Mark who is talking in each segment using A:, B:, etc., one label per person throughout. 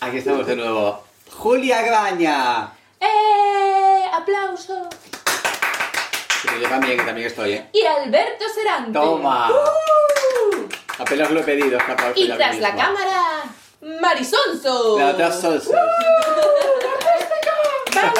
A: Aquí estamos de nuevo. Julia Graña.
B: ¡Eh! ¡Aplauso!
A: Pero yo también, que también estoy, ¿eh?
B: Y Alberto Serante.
A: Toma.
B: ¡Uh!
A: Apenas lo he pedido, capaz.
B: Y tras la cámara, Marisonso.
A: La otra salsa.
B: ¡Va,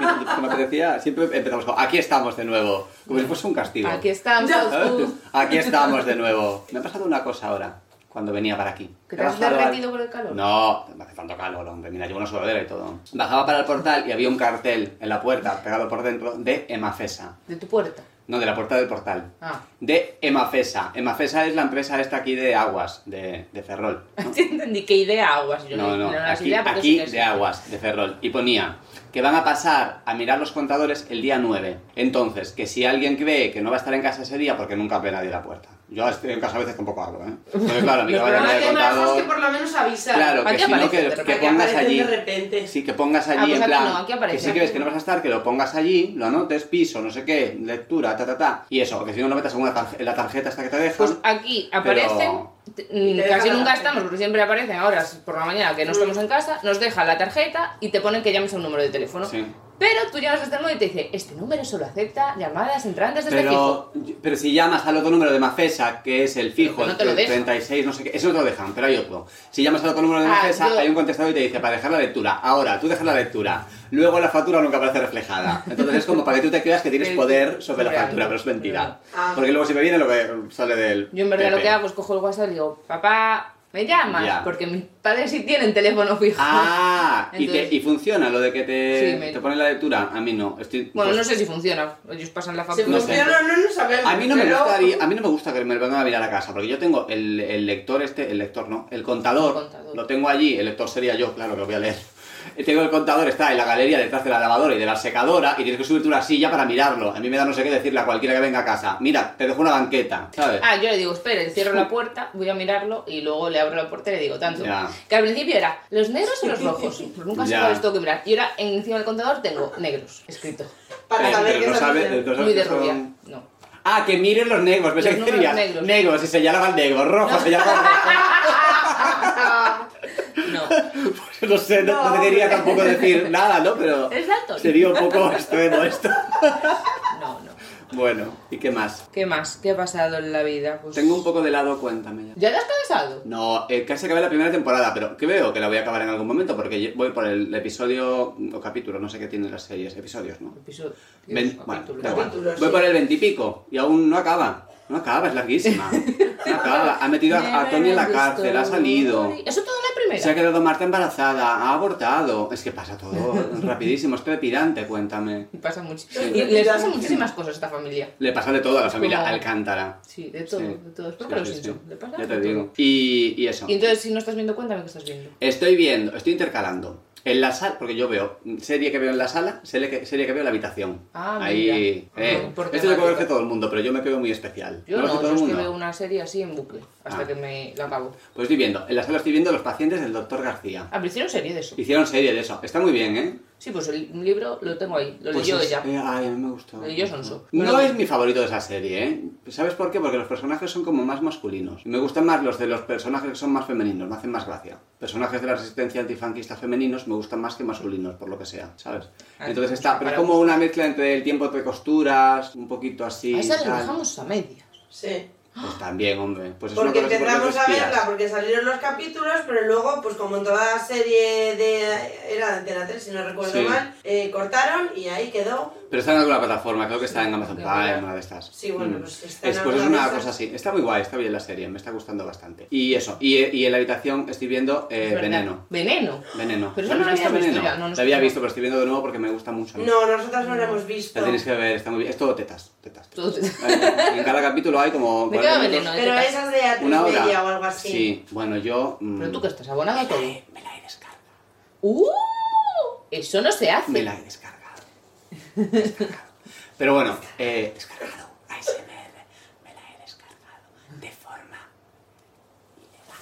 A: Mira, Como te decía, siempre empezamos con aquí estamos de nuevo. Como si fuese un castigo.
B: mira! Aquí estamos.
A: ¿Sabes?
B: Uh,
A: Aquí estamos de nuevo. Me ha pasado una cosa ahora, cuando venía para aquí.
B: ¿Que
A: He
B: te has
A: bajado al-
B: derretido por el calor?
A: No, me hace tanto calor, hombre. Mira, llevo una sudadera y todo. Bajaba para el portal y había un cartel en la puerta, pegado por dentro, de Emafesa.
B: De tu puerta.
A: No, de la puerta del portal.
B: Ah.
A: De Emafesa. Emafesa es la empresa esta aquí de aguas, de, de Ferrol. ¿no?
B: Entendí que idea aguas. Yo
A: No, no,
B: no las
A: aquí,
B: idea, pero
A: aquí
B: sí que
A: de aguas, de Ferrol. Y ponía que van a pasar a mirar los contadores el día 9. Entonces, que si alguien cree que no va a estar en casa ese día, porque nunca ve nadie la puerta. Yo estoy en casa a veces tampoco hablo, ¿eh? Entonces, claro, a mí que
B: Lo
A: vaya a mirar el
C: que más es que
A: contador...
C: por lo menos avisar.
A: Claro, que
B: Aquí
A: si no,
B: aparece,
A: que,
B: pero
A: que
C: Para que
A: pongas
C: aparezcan
A: allí...
C: de repente.
A: Sí, que pongas allí
B: Ah, pues
A: en
B: aquí
A: plan...
B: no, aquí
A: que
B: aparece.
A: si crees que no vas a estar, que lo pongas allí, lo anotes, piso, no sé qué, lectura, ta, ta, ta. Y eso, que si no lo metas en, una tarje- en la tarjeta esta que te dejan...
B: Pues aquí aparecen, t- mm,
C: te deja
B: casi
C: la
B: nunca
C: tarjeta.
B: estamos, porque siempre aparecen a horas por la mañana que no estamos en casa, nos dejan la tarjeta y te ponen que llames a un número de teléfono.
A: Sí.
B: Pero tú llamas a este número y te dice, este número solo acepta llamadas entrantes desde este fijo.
A: Pero, pero si llamas al otro número de Mafesa, que es el fijo,
B: Pero no te lo
A: el
B: dejan.
A: 36, no sé qué, eso no te lo dejan, pero hay otro. Si llamas al otro número de
B: Ah,
A: Mafesa,
B: yo-
A: hay un contestador y te dice para dejar la lectura. Ahora, tú dejas la lectura. Luego la factura nunca aparece reflejada. Entonces es como para que tú te creas que tienes
B: Sí.
A: poder sobre la
B: Real.
A: factura, pero es mentira.
C: Ah.
A: Porque luego si me viene lo que sale del.
B: Yo en verdad
A: PP.
B: lo que hago es cojo el WhatsApp y digo, papá, ¿me llamas?
A: Ya.
B: Porque mis padres sí tienen teléfono fijo.
A: Ah, y,
B: Entonces-
A: te- y funciona lo de que te,
B: Sí, me-
A: te ponen la lectura. A mí no. Estoy,
B: bueno,
A: pues,
B: no sé si funciona, ellos pasan la
C: Si
B: factura.
A: No sé.
C: funciona o no, no sabemos.
A: A mí no me
C: pero-
A: gustaría, a mí no me gusta que me lo vengan a mirar a casa, porque yo tengo el, el lector este, el lector no, el contador,
B: El contador.
A: lo tengo allí, el lector sería yo, claro, que lo voy a leer. Y Tengo el contador, está en la galería detrás de la lavadora y de la secadora, y tienes que subirte una silla para mirarlo. A mí me da no sé qué decirle a cualquiera que venga a casa. Mira, te dejo una banqueta, ¿sabes?
B: Ah, yo le digo, esperen, cierro la puerta, voy a mirarlo y luego le abro la puerta y le digo tanto.
A: Ya.
B: Que al principio era los negros o los rojos. Pues nunca sé
A: Ya.
B: cuáles tengo que mirar. Y ahora en- encima del contador tengo negros escrito.
C: Para
A: Eh,
C: saber
A: pero
C: qué
A: no
C: estás
A: sabe-
C: haciendo.
A: Los
B: Muy de
A: que son-
B: rubia. No.
A: Ah, que miren los negros, pensé
B: Los
A: que
B: números
A: serías
B: negros.
A: negros. y señalaba el negro, rojo, señalaba el
B: No.
A: rojo. No sé, no, no te quería
C: hombre.
A: tampoco decir nada, ¿no? Pero
B: ¿Es dato?
A: sería un poco extremo esto.
B: No, no.
A: Bueno, ¿y qué más?
B: ¿Qué más? ¿Qué ha pasado en la vida? Pues-
A: Tengo un poco de lado, cuéntame ya.
B: ¿Ya te has cansado?
A: No, eh, casi acabé la primera temporada, pero creo que la voy a acabar en algún momento porque yo voy por el episodio o capítulo, no sé qué tienen las series, episodios, ¿no?
B: Episodio.
A: Ven- bueno,
B: capítulo.
A: da igual.
C: Capítulos,
A: voy
C: sí.
A: por el veintipico y, aún no acaba. No acaba, es larguísima. No acaba. Ha metido a, a Tony en la cárcel, ha salido.
B: ¿Eso todo en la primera?
A: Se ha quedado Marta embarazada, ha abortado. Es que pasa todo rapidísimo, es trepidante, cuéntame.
B: Y pasa mucho.
A: Sí.
B: Y les pasa muchísimas cosas a esta familia.
A: Le pasa de todo a la familia
B: Como-
A: Alcántara.
B: Sí, de todo,
A: Sí.
B: de todo. Es
A: Sí,
B: porque los
A: sí, sí.
B: Simpson. Le pasa
A: Ya
B: de
A: te
B: todo.
A: digo. Y, y eso.
B: Y entonces, si no estás viendo, cuéntame qué estás viendo.
A: Estoy viendo, estoy intercalando. En la sala, porque yo veo serie que veo en la sala, serie que, serie que veo en la habitación.
B: Ah, mira.
A: Ahí.
B: Ah,
A: Eh,
B: por
A: esto lo
B: temática.
A: conoce todo el mundo, pero yo me veo muy especial.
B: Yo
A: ¿Lo conoce
B: no,
A: todo
B: yo
A: el
B: es que
A: mundo?
B: veo una serie así en bucle, hasta
A: Ah.
B: que me la acabo.
A: Pues estoy viendo, en la sala estoy viendo los pacientes del doctor García.
B: Ah, pero hicieron serie de eso.
A: Hicieron serie de eso. Está muy bien, ¿eh?
B: Sí, pues el libro lo tengo ahí, lo
A: Pues
B: leyó
A: es-
B: ella.
A: eh, ay, a mí me gustó.
B: Lo leyó Sonso.
A: No
B: Pero-
A: es mi favorito de esa serie, ¿eh? ¿Sabes por qué? Porque los personajes son como más masculinos. Me gustan más los de los personajes que son más femeninos, me hacen más gracia. Personajes de la resistencia antifranquista femeninos me gustan más que masculinos, por lo que sea, ¿sabes?
B: Ah,
A: Entonces
B: pues
A: está, pero es
B: para
A: como una mezcla entre el tiempo entre costuras, un poquito así.
B: A esa la
A: tal.
B: dejamos a medias.
C: Sí.
A: Pues también, hombre. Pues es una
C: Porque
A: cosa que por
C: empezamos
A: eso
C: a
A: espías.
C: verla, porque salieron los capítulos, pero luego, pues como en toda serie de... Era de Antena 3, si no recuerdo
A: Sí.
C: mal, eh, cortaron y ahí quedó.
A: Pero está en alguna plataforma, creo que está en Amazon
B: Sí,
A: Prime,
B: claro.
A: una de estas.
C: Sí, bueno,
A: Mm.
C: pues está en
A: es, pues es
C: alguna
A: una
C: de
A: cosa
C: esas.
A: así. Está muy guay, está bien la serie, me está gustando bastante. Y eso, y, y en la habitación estoy viendo eh,
B: Es verdad.
A: Veneno.
B: Veneno.
A: Veneno.
B: Pero
A: ¿La
B: eso no lo
A: habéis
B: había visto
A: Veneno?
B: ya. No, no
A: la
B: sé
A: había
B: cómo.
A: visto, pero estoy viendo de nuevo porque me gusta mucho. a mí.
C: No, nosotras no la hemos visto.
A: La tenéis que ver, está muy bien. Es todo tetas, tetas. tetas.
B: Todo-
A: en cada capítulo hay como...
B: Me
A: 40
B: queda
A: minutos,
B: Veneno,
C: Pero esas de a tres
A: Una hora.
C: media o algo así.
A: Sí, bueno, yo... mm,
B: Pero tú que estás abonado a todo.
A: Me la he descargado.
B: ¡Uh! Eso no se hace.
A: Me la he descargado. Descargado. Pero bueno, eh, descargado. ASMR. Me la he descargado. De forma ilegal.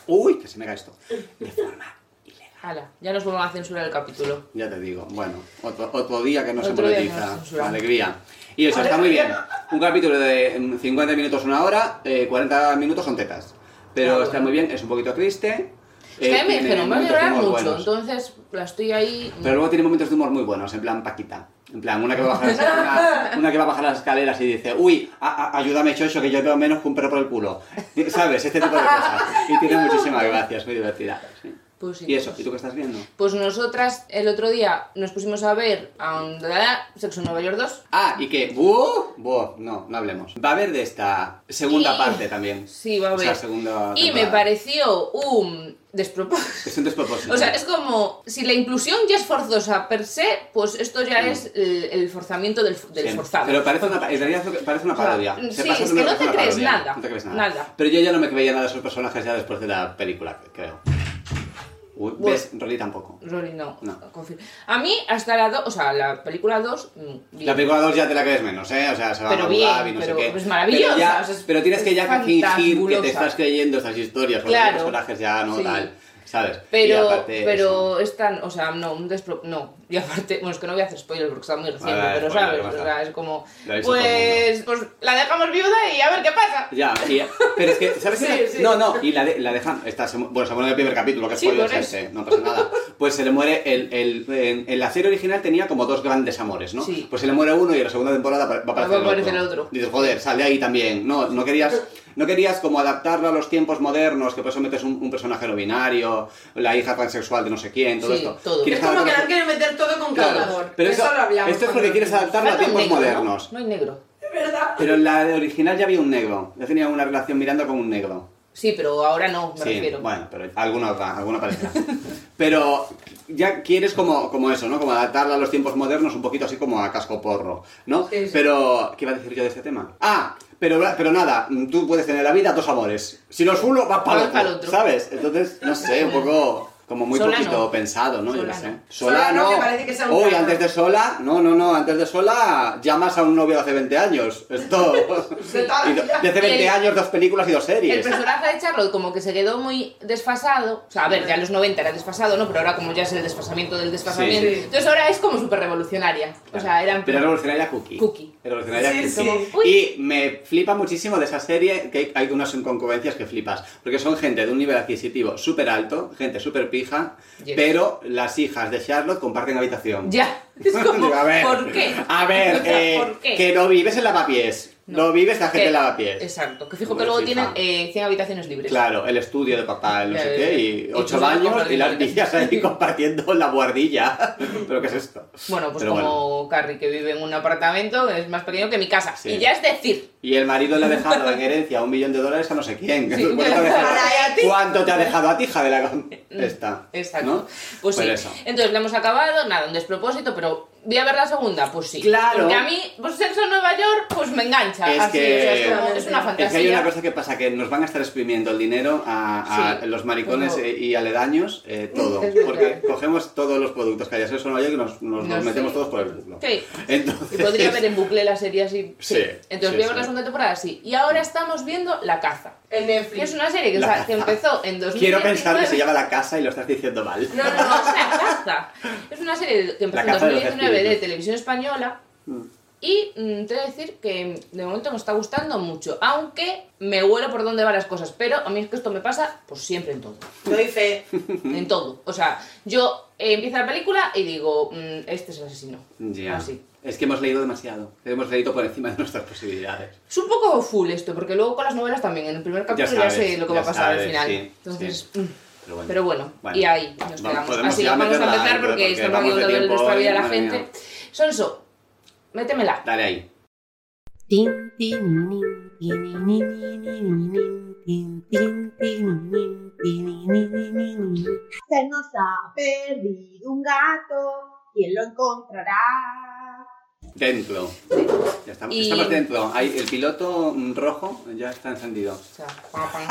A: Uy, que se me cae esto. De forma ilegal.
B: Hala, ya nos vamos a censurar el capítulo.
A: Ya te digo, bueno, otro, otro día que no se
B: Otro día que no
A: monetiza.
B: se censura.
A: Alegría. Y eso, está muy bien. Un capítulo de mm, 50 minutos, una hora, eh, 40 minutos son tetas. Pero
B: Ah, bueno.
A: está muy bien, es un poquito triste. Eh,
B: Es que a mí me
A: tiene
B: dijeron, va
A: momentos
B: a
A: de
B: llorar
A: humor
B: mucho,
A: buenos.
B: entonces la estoy ahí.
A: Pero luego tiene momentos de humor muy buenos, en plan Paquita. En plan, una que va a bajar, las- una, una que va a bajar las escaleras y dice, uy, a- a- ayúdame, Chocho, que yo veo menos que un perro por el culo. ¿Sabes? Este tipo de cosas. Y tiene muchísimas gracias, muy divertida. sí.
B: Pues sí.
A: Y eso, ¿y tú qué estás viendo?
B: Pues nosotras el otro día nos pusimos a ver a un- Sexo en Nueva York 2.
A: Ah, y que, buh, buh, no, no hablemos. Va a haber de esta segunda
B: Y-
A: parte también.
B: Sí, va a
A: O sea,
B: ver.
A: segunda
B: Y me
A: temporada.
B: pareció un despropósito.
A: Es un despropósito.
B: O sea, es como si la inclusión ya es forzosa per se, pues esto ya
A: Sí.
B: es el, el forzamiento del, del
A: Mm. Sí,
B: forzado.
A: Pero parece una, en realidad parece una
B: O sea,
A: parodia.
B: sí,
A: pasa
B: es
A: de una
B: que no
A: cosa
B: te
A: a una
B: crees
A: parodia.
B: nada,
A: No te crees nada.
B: nada.
A: Pero yo ya no me creía nada de esos personajes ya después de la película, creo. Uy,
B: Bueno.
A: ¿Ves? Rolly tampoco.
B: Rory, no.
A: No.
B: confirmo. A mí, hasta la 2, o sea, la película 2, mm, bien.
A: La película 2 ya te la crees menos, ¿eh? O sea, se va
B: Pero
A: a Abu
B: bien,
A: Dhabi, no
B: pero
A: sé qué.
B: es maravillosa,
A: Pero, ya-
B: o sea, es-
A: pero tienes que ya
B: es
A: fingir que te
B: fantabulosa.
A: estás creyendo estas historias, porque
B: Claro.
A: los personajes ya no
B: Sí.
A: tal, ¿sabes?
B: pero,
A: Y aparte eso.
B: pero es tan, o sea, no, un despro... No, y aparte, bueno, es que no voy a hacer spoiler porque está muy reciente,
A: Vale,
B: pero
A: spoiler,
B: sabes,
A: ¿qué pasa?
B: o sea, es como,
A: Lo ha visto todo el
B: pues, pues la dejamos viuda y a ver qué pasa.
A: Ya, y- pero es que, ¿sabes qué?
B: Sí, sí.
A: No, no, y la, de- la dejan. Está, se, mu- bueno, se muere en el primer capítulo, que es
B: Sí,
A: spoiler
B: por
A: es este, no pasa nada. Pues se le muere. El, el, en, en la serie original tenía como dos grandes amores, ¿no?
B: Sí.
A: Pues se le muere uno y en la segunda temporada va a aparecer,
B: Va a aparecer
A: el,
B: el
A: otro.
B: otro.
A: Dices, joder, sale ahí también. No, no querías. No querías como adaptarlo a los tiempos modernos, que por eso metes un, un personaje no binario, la hija transexual de no sé quién, todo
B: Sí,
A: esto.
B: todo.
A: Quieres
C: Es como que
A: adaptarlo-
C: han querido meter todo con
A: Claro,
C: calor.
A: pero
C: eso,
A: eso-
C: lo hablamos.
A: esto es porque
C: cuando
A: quieres
C: fuimos.
A: adaptarlo a
B: Falta un
A: tiempos
B: negro, ¿no?
A: modernos.
B: No hay negro.
C: Es verdad.
A: Pero en la original ya había un negro. Yo tenía una relación mirando con un negro.
B: Sí, pero ahora no, me
A: sí,
B: refiero.
A: bueno, pero alguna otra, alguna parecerá. pero ya quieres como, como eso, ¿no? Como adaptarla a los tiempos modernos un poquito así como a casco porro, ¿no?
C: Sí, sí.
A: Pero, ¿qué iba a decir yo de este tema? Ah, pero, pero nada, tú puedes tener en la vida dos amores. Si los uno, vas para
B: Vas
A: otro,
B: pa'l otro.
A: ¿sabes? Entonces, no sé, un poco... Como muy
B: Solano.
A: poquito pensado, ¿no? Yo qué sé.
B: Solano.
A: Solano.
C: Solano, que parece que sea un
A: Hoy,
C: cabrón.
A: antes de Sola, no, no, no, antes de Sola, llamas a un novio de hace 20 años. Esto.
C: De toda la
A: Y do-
C: vida.
A: de hace 20
B: El-
A: años, dos películas y dos series.
B: El personaje de Charlotte como que se quedó muy desfasado. O sea, a ver, ya en los 90 era desfasado, ¿no? Pero ahora como ya es el desfasamiento del desfasamiento.
A: Sí.
B: Entonces ahora es como súper revolucionaria. O sea, eran...
A: Pero revolucionaria Cookie.
B: Cookie.
A: Revolucionaria
C: Sí,
A: Cookie.
B: sí. Uy.
A: Y me flipa muchísimo de esa serie que hay- hay unas incongruencias que flipas. Porque son gente de un nivel adquisitivo súper alto, gente súper pija,
B: Yes.
A: pero las hijas de Charlotte comparten habitación.
B: Ya. Es como,
A: Digo, a ver,
B: ¿por qué?
A: A ver,
B: O sea,
A: eh,
B: ¿por qué?
A: que no vives en lavapiés. No,
B: No.
A: vives la gente
B: Que-
A: en lavapiés.
B: Exacto. Que fijo
A: Hombre,
B: que luego
A: sí,
B: tienen
A: fan.
B: eh, 100 habitaciones libres.
A: Claro, el estudio de papá, el no
B: Ya,
A: sé
B: ya,
A: qué,
B: ya.
A: y
B: Y
A: ocho
B: tú sabes
A: baños
B: compartir
A: y las
B: habitación.
A: niñas ahí compartiendo la guardilla. ¿Pero qué es esto?
B: Bueno, pues
A: Pero
B: como Carrie que vive en un apartamento que es más pequeño que mi casa.
A: Sí.
B: Y ya es decir,
A: Y el marido le ha dejado en herencia un millón de dólares a no sé quién.
B: Sí.
A: ¿Cuánto, te ha dejado,
C: Ay, a ti.
A: ¿Cuánto te ha dejado a ti, hija de la gran-
B: Mm.
A: Esta.
B: exacto.
A: ¿no?
B: Pues, sí.
A: eso.
B: Entonces la hemos acabado, nada, un despropósito, pero voy a ver la segunda, pues sí.
A: Claro.
B: Porque a mí, pues sexo en Nueva York, pues me engancha.
A: Es
B: así,
A: que-
B: o sea, es, como- es una
C: Es que
B: fantasía.
A: Es que hay una cosa que pasa, que nos van a estar exprimiendo el dinero a, a
B: Sí.
A: los maricones
B: Como-
A: eh, y aledaños, eh, todo.
B: Es verdad.
A: Porque cogemos todos los productos que hay en Sexo en Nueva York y nos, nos los
B: No sé.
A: metemos todos por el culo.
B: Sí. Y
A: Entonces,
B: podría ver en bucle la serie así.
A: Sí,
B: Entonces
A: sí,
B: voy a
A: sí.
B: ver la segunda temporada, sí. Y ahora estamos viendo La Caza.
C: En
B: Que es
C: Netflix.
B: una serie que,
A: La
B: sa-
A: Caza.
B: que empezó en 2019.
A: quiero pensar que se llama La Casa y lo estás diciendo mal.
B: No, no, no, es La Caza. Es una serie que
A: La
B: empezó en
A: Caza de los
B: 2019 de
A: Espíritus.
B: televisión española.
A: Mm.
B: Y mm, te voy a decir que de momento me está gustando mucho, aunque me huelo por dónde van las cosas, pero a mí es que esto me pasa pues siempre en todo,
C: Doy fe.
B: en todo. O sea, yo eh, empiezo la película y digo, mm, este es el asesino.
A: Ya.
B: Así.
A: Es que hemos leído demasiado. Hemos leído por encima de nuestras posibilidades.
B: Es un poco full esto, porque luego con las novelas también, en el primer capítulo ya,
A: sabes,
B: sé lo que
A: ya
B: va a pasar
A: sabes,
B: al final.
A: sí,
B: Entonces,
A: sí.
B: mm,
A: Pero bueno.
B: pero bueno,
A: Bueno,
B: y ahí nos
A: vamos-
B: quedamos.
A: podemos
B: Así que
A: ya
B: vamos a
A: meterla,
B: empezar
A: ¿eh?
B: porque,
A: Porque
B: estamos
A: vamos
B: aquí
A: de
B: contando
A: tiempo
B: nuestra
A: hoy,
B: vida a la
A: madre
B: gente.
A: mía.
B: Sonso, métemela.
A: Dale ahí.
D: Tin, tininin, tinininin, tin, tin, tininin, tinininin.
E: Se nos ha perdido un gato, ¿quién lo encontrará?
A: Dentro. Ya estamos,
B: Y-
A: estamos dentro. Ahí, el piloto mm, rojo ya está encendido.
B: O sea, pam, pam.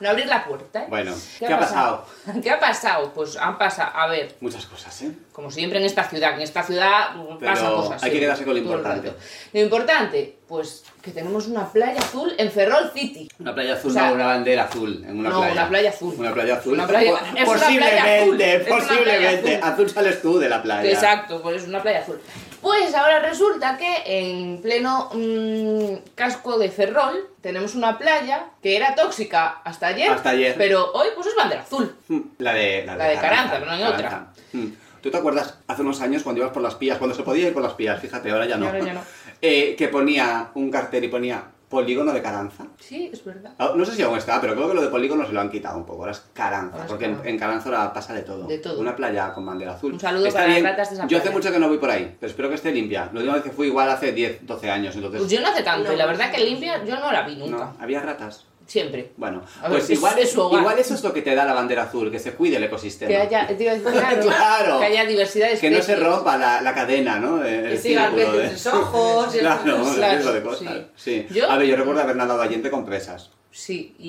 B: No abrir la puerta, ¿eh?
A: Bueno, ¿qué, ha pasado?
B: ¿Qué ha pasado? Pues han pasado, a ver,
A: Muchas cosas, ¿eh?
B: como siempre en esta ciudad, en esta ciudad mm,
A: Pero
B: pasan cosas.
A: hay que
B: siempre,
A: quedarse con lo
B: todo el
A: importante.
B: rato. Lo importante, pues que tenemos una playa azul en Ferrol City.
A: Una playa azul,
B: O sea,
A: no, una bandera azul. En una
B: no,
A: playa.
B: una playa azul.
A: Una playa azul.
B: Una playa-
A: Po-
B: es una playa
A: posiblemente,
B: azul. Es una playa
A: posiblemente.
B: azul.
A: azul. sales tú de la playa.
B: Exacto, pues es una playa azul. Pues ahora resulta que en pleno mm, casco de Ferrol tenemos una playa que era tóxica hasta ayer,
A: Hasta ayer.
B: pero hoy pues es bandera azul.
A: Mm, La de, la
B: La de Carranza, pero no hay otra.
A: Carranza. Mm. ¿Tú te acuerdas hace unos años cuando ibas por las pías, cuando se podía ir por las pías? Fíjate, ahora ya
B: Y
A: no.
B: ahora ya no.
A: Eh, que ponía un cartel y ponía polígono de Caranza.
B: Sí, es verdad.
A: Ah, No sé si aún está, pero creo que lo de polígono se lo han quitado un poco. Ahora es Caranza,
B: Ahora es
A: porque en-
B: Caranza.
A: en Caranza ahora pasa de todo.
B: De todo.
A: Una playa con bandera azul.
B: Un saludo para las ratas de esa
A: Yo hace
B: playa.
A: mucho que no voy por ahí, pero espero que esté limpia. La última vez que fui igual hace 10, 12 años, entonces...
B: Pues yo no hace tanto,
C: No.
B: y la verdad que limpia yo no la vi nunca.
A: No, había ratas.
B: Siempre.
A: Bueno,
B: A ver,
A: pues
B: es-
A: igual,
B: es su hogar.
A: igual eso es lo que te da la bandera azul, que se cuide el ecosistema.
B: Que haya, te iba a decir, claro,
A: Claro.
B: que haya diversidad de
A: Que no se
B: especies.
A: rompa la, la cadena, ¿no? Eh, El, el
B: Que sigan
A: círculo
C: peces
A: de-
C: sus ojos, y
A: Claro,
C: esas
A: ese
B: cosas,
A: tipo de cosas. Sí.
B: Yo-
A: A ver, yo recuerdo haber nadado allí entre con presas.
B: Sí, y,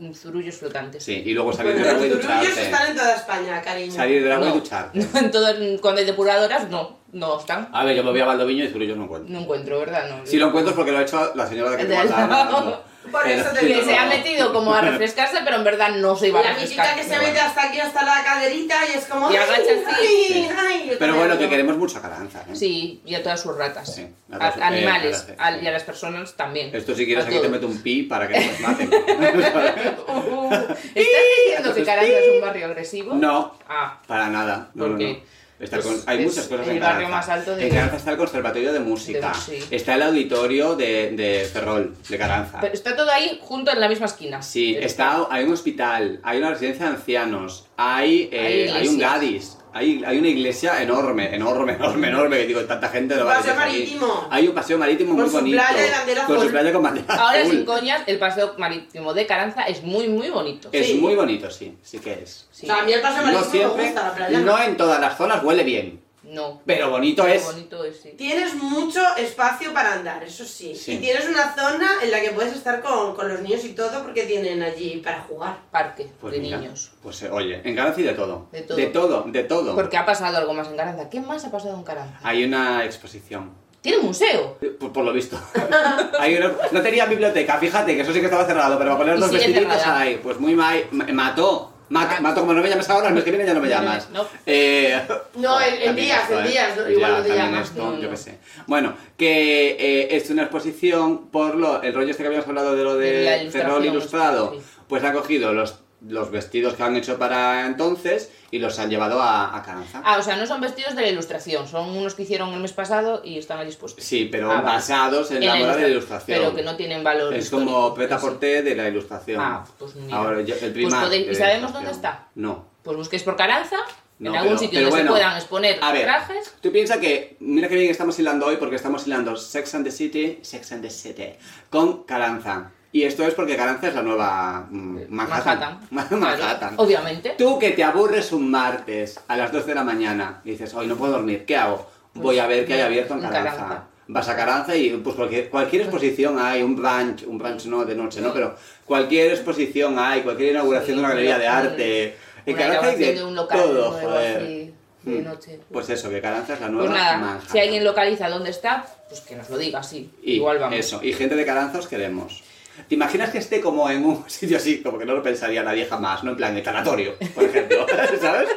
B: y- y zurullos flotantes.
A: Sí, y luego salir
C: Pues
A: del
C: los
A: agua y
C: turullos están
A: ducharte.
C: en toda España, cariño.
A: Salir del agua
B: No.
A: y ducharte.
B: No, en todo- cuando hay depuradoras, no, no están.
A: A ver, yo me voy a Valdoviño y zurullos no encuentro.
B: No encuentro, ¿verdad? No.
A: Si lo encuentro es porque lo ha hecho la señora de que
B: De-
A: te guardaba.
C: Por
A: Pero
C: eso te
A: si
C: digo.
B: que se ha
A: no-
B: metido como a refrescarse, pero en verdad no se iba a
C: La
B: refrescar.
C: bichita que se mete hasta aquí, hasta la caderita, y es como.
B: Y agacha
C: "Ay,
B: así".
C: ay,
A: Sí.
C: ay, yo
A: Pero bueno, que
C: también.
A: queremos mucho a Caranza. ¿eh?
B: Sí, y a todas sus ratas.
A: Sí, a
B: A-
A: todas sus-
B: animales.
A: eh,
B: al-
A: sí.
B: y a las personas también.
A: Esto si quieres
B: A
A: aquí te
B: todos.
A: meto un pi para que no nos maten.
B: Uh, ¿Estás diciendo que
A: Entonces,
B: Caranda es un barrio agresivo?
A: no,
B: Ah,
A: Para nada. No,
B: ¿Por
A: no,
B: qué?
A: no. Está
B: Pues
A: con- hay
B: es
A: muchas cosas
B: el
A: en
B: barrio
A: Carranza.
B: más alto de-
A: En Carranza está el Conservatorio de Música.
B: De- sí.
A: Está el auditorio de, de Ferrol, de Carranza.
B: pero está todo ahí junto en la misma esquina.
A: Sí,
B: Pero-
A: está, hay un hospital, hay una residencia de ancianos, hay, eh,
B: Hay
A: hay,
B: iglesias.
A: un Gadis, hay, hay una iglesia enorme, enorme, enorme, enorme, que digo, tanta gente no va a
C: Paseo
A: vivir aquí.
C: marítimo.
A: Hay un paseo marítimo
C: Con
A: muy
C: su
A: bonito.
C: playa de bandera
A: con su
C: azul.
A: playa con bandera
B: Ahora,
A: azul.
B: sin coñas, el paseo marítimo de Caranza es muy, muy bonito.
A: Es
C: Sí.
A: muy bonito, sí, sí que es.
B: Sí.
C: O sea, a mí el paseo
A: No
C: marítimo me
A: siempre,
C: gusta, la playa.
A: no en todas las zonas huele bien,
B: No.
A: pero bonito
B: Qué
A: es.
B: bonito es, sí.
C: Tienes mucho espacio para andar, eso sí.
A: Sí.
C: Y tienes una zona en la que puedes estar con, con los niños y todo porque tienen allí para jugar.
B: Parque
A: Pues
B: de
A: mira,
B: niños.
A: Pues eh, oye, en Caranza y de todo.
B: De todo.
A: De todo, de todo.
B: Porque ha pasado algo más en Caranza. ¿Qué más ha pasado en Caranza?
A: Hay una exposición.
B: Tiene museo.
A: Eh, Por, por lo visto. Hay una- no tenía biblioteca, fíjate que eso sí que estaba cerrado, pero va a poner los
B: sigue
A: vestiditos
B: cerrada.
A: ahí. Pues muy mal. Mató. Mat-
B: Ah.
A: Mató, como no me llames ahora, el mes que viene ya no me
B: No, no,
A: llamas.
B: no.
A: Eh,
C: No,
A: joder,
C: en- en
A: también eh.
C: días, en días, no, igual no te
A: también
C: llamas,
A: esto,
B: no, no.
A: Yo qué sé. Bueno, que eh, es una exposición por lo, el rollo este que habíamos hablado de lo
B: De la
A: de
B: ilustración,
A: Ferrol Ilustrado.
B: sí.
A: Pues ha cogido los, los vestidos que han hecho para entonces y los han llevado a, a Caranza.
B: Ah, o sea, no son vestidos de la ilustración. Son unos que hicieron el mes pasado y están allí expuestos.
A: Sí, pero
B: Ah, vale.
A: basados en la moda de la ilustración.
B: Pero que no tienen valor.
A: Es
B: histórico, Pues
A: como preta
B: sí.
A: porté de la ilustración.
B: Ah, pues mira.
A: Ahora, yo- el primario.
B: podéis- ¿y sabemos dónde está?
A: No.
B: Pues busquéis por Caranza,
A: No,
B: en algún
A: pero-
B: sitio
A: pero
B: donde
A: bueno,
B: se puedan exponer
A: a ver.
B: trajes.
A: Tú piensas que, mira qué bien estamos hilando hoy porque estamos hilando Sex and the City, Sex and the City, con Caranza. Y esto es porque Caranza es la nueva mm, Manhattan.
B: Eh, Manhattan.
A: Manhattan.
B: Claro, obviamente.
A: Tú que te aburres un martes a las 12 de la mañana y dices, hoy no puedo dormir, ¿qué hago? Voy a ver qué hay abierto en
B: en
A: Caranza.
B: Pues Caranza.
A: Vas a Caranza y pues cualquier, cualquier exposición hay, un brunch, un brunch no de noche, ¿no? Pero cualquier exposición hay, cualquier inauguración
B: Sí,
A: de una galería de
B: una-
A: arte. En
B: Una
A: Caranza hay
B: grabación
A: de,
B: de un local
A: todo,
B: nuevo
A: joder.
B: así, de
A: Mm.
B: noche.
A: Pues eso, que Caranza es la nueva
B: Pues nada,
A: Manhattan.
B: si alguien localiza dónde está, pues que nos lo diga, sí.
A: Y
B: Igual vamos.
A: Eso, y gente de Caranza os queremos. ¿Te imaginas que esté como en un sitio así, como que no lo pensaría nadie jamás, ¿no? En plan, el tanatorio, por ejemplo, ¿sabes?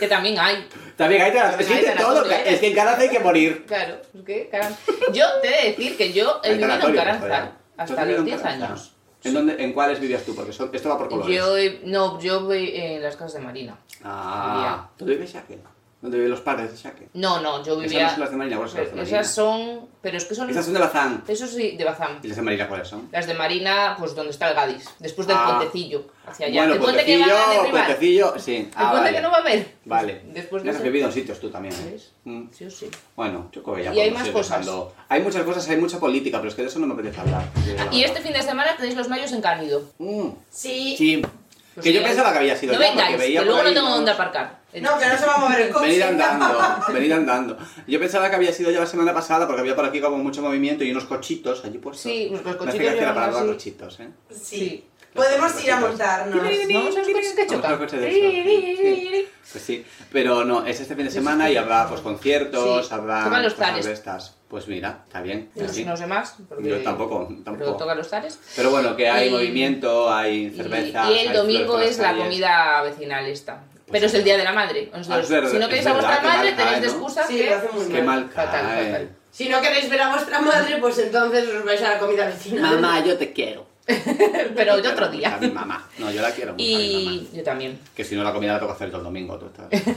B: Que también hay.
A: También hay tanatorio. Es que
B: Hay
A: hay de todo,
B: tanatorio, ¿eh?
A: es que en Caranza hay que morir.
B: Claro, es que Caranza. Yo te he de decir que yo he
A: Hay
B: vivido en
A: tanatorio,
B: Caranza
A: joder. ¿Tú
B: hasta
A: has vivido
B: los
A: en
B: 10
A: Caranza?
B: años.
A: ¿En, dónde, ¿En cuáles vivías tú? Porque son- esto va por colores.
B: Yo he- no, yo voy en las casas de Marina.
A: Ah, ¿tú vives Shaque? ¿Dónde viven los padres de Shaque?
B: No, no, yo
A: Esas no
B: vivía.
A: son las de Marina, ¿cuáles son las de
B: Pero
A: Marina?
B: Esas son. Pero es que son.
A: Esas son de Bazán.
B: Eso sí, de Bazán.
A: ¿Y las de Marina cuáles son?
B: Las de Marina, pues donde está el Gadis. Después del
A: Ah.
B: puentecillo. Hacia allá.
A: Bueno,
B: el puente que va a
A: Puentecillo,
B: derribar. El
A: Puentecillo, sí. Ah,
B: puente
A: vale.
B: que no va a haber. Pues,
A: Vale.
B: Después
A: Ya
B: de
A: has
B: ese-
A: vivido en sitios tú también, ¿eh?
B: ¿Ves?
A: Mm.
B: Sí o sí.
A: Bueno, yo creo que ya
B: Y hay
A: podemos
B: más
A: ir
B: cosas.
A: dejando. Hay muchas cosas, hay mucha política, pero es que de eso no me apetece hablar.
B: Y este fin de semana tenéis los mayos en Cánido.
A: Mm,
C: Sí.
A: sí.
B: Pues
A: que yo
B: sí,
A: pensaba que había sido
B: No
A: ya,
B: vengáis,
A: porque veía
B: que luego
A: por
B: no
A: ahí
B: tengo
A: unos-
B: dónde aparcar.
C: No, que no se va a mover el coche.
A: Venid andando, venid andando. Yo pensaba que había sido ya la semana pasada porque había por aquí como mucho movimiento y unos cochitos allí puestos.
B: Sí, los
A: Me hace
B: cochitos
A: gracia la
B: llevan
A: palabra
B: así.
A: cochitos, ¿eh?
C: Sí. Podemos ir a montarnos.
B: Vamos a los coches que
A: Vamos a
B: chocan.
A: los coches de esos, sí, Pues sí, pero no, es este fin de semana y habrá pues conciertos,
B: Sí,
A: habrá
B: tocan los
A: cosas
B: tares.
A: de estas. Pues mira, está bien.
B: No,
A: así.
B: no sé más. Porque...
A: Yo tampoco,
B: Pero
A: tampoco.
B: toca los tares.
A: Pero bueno, que hay
B: Y-
A: movimiento, hay
B: Y,
A: cerveza.
B: y el domingo es la comida vecinal esta. Pero es el día de la madre. Os
A: Pues Ah, es
B: dos.
A: verdad,
B: si no
A: es
B: queréis a
A: verdad,
B: vuestra
A: qué
B: madre,
A: mal
B: tenéis
A: cae,
B: de
A: ¿no?
B: excusa
C: Sí,
B: que.
C: lo hace muy
A: Qué mal
B: Fatal,
A: cae.
B: fatal.
C: Si no queréis ver a vuestra madre, pues entonces os vais a la comida vecina.
A: yo te quiero.
B: Pero de
A: Quiero
B: otro
A: mucho
B: día.
A: A mi mamá. No, yo la quiero mucho a mi mamá.
B: Y yo también.
A: Que si no, la comida la toca hacer yo el domingo, tú estás.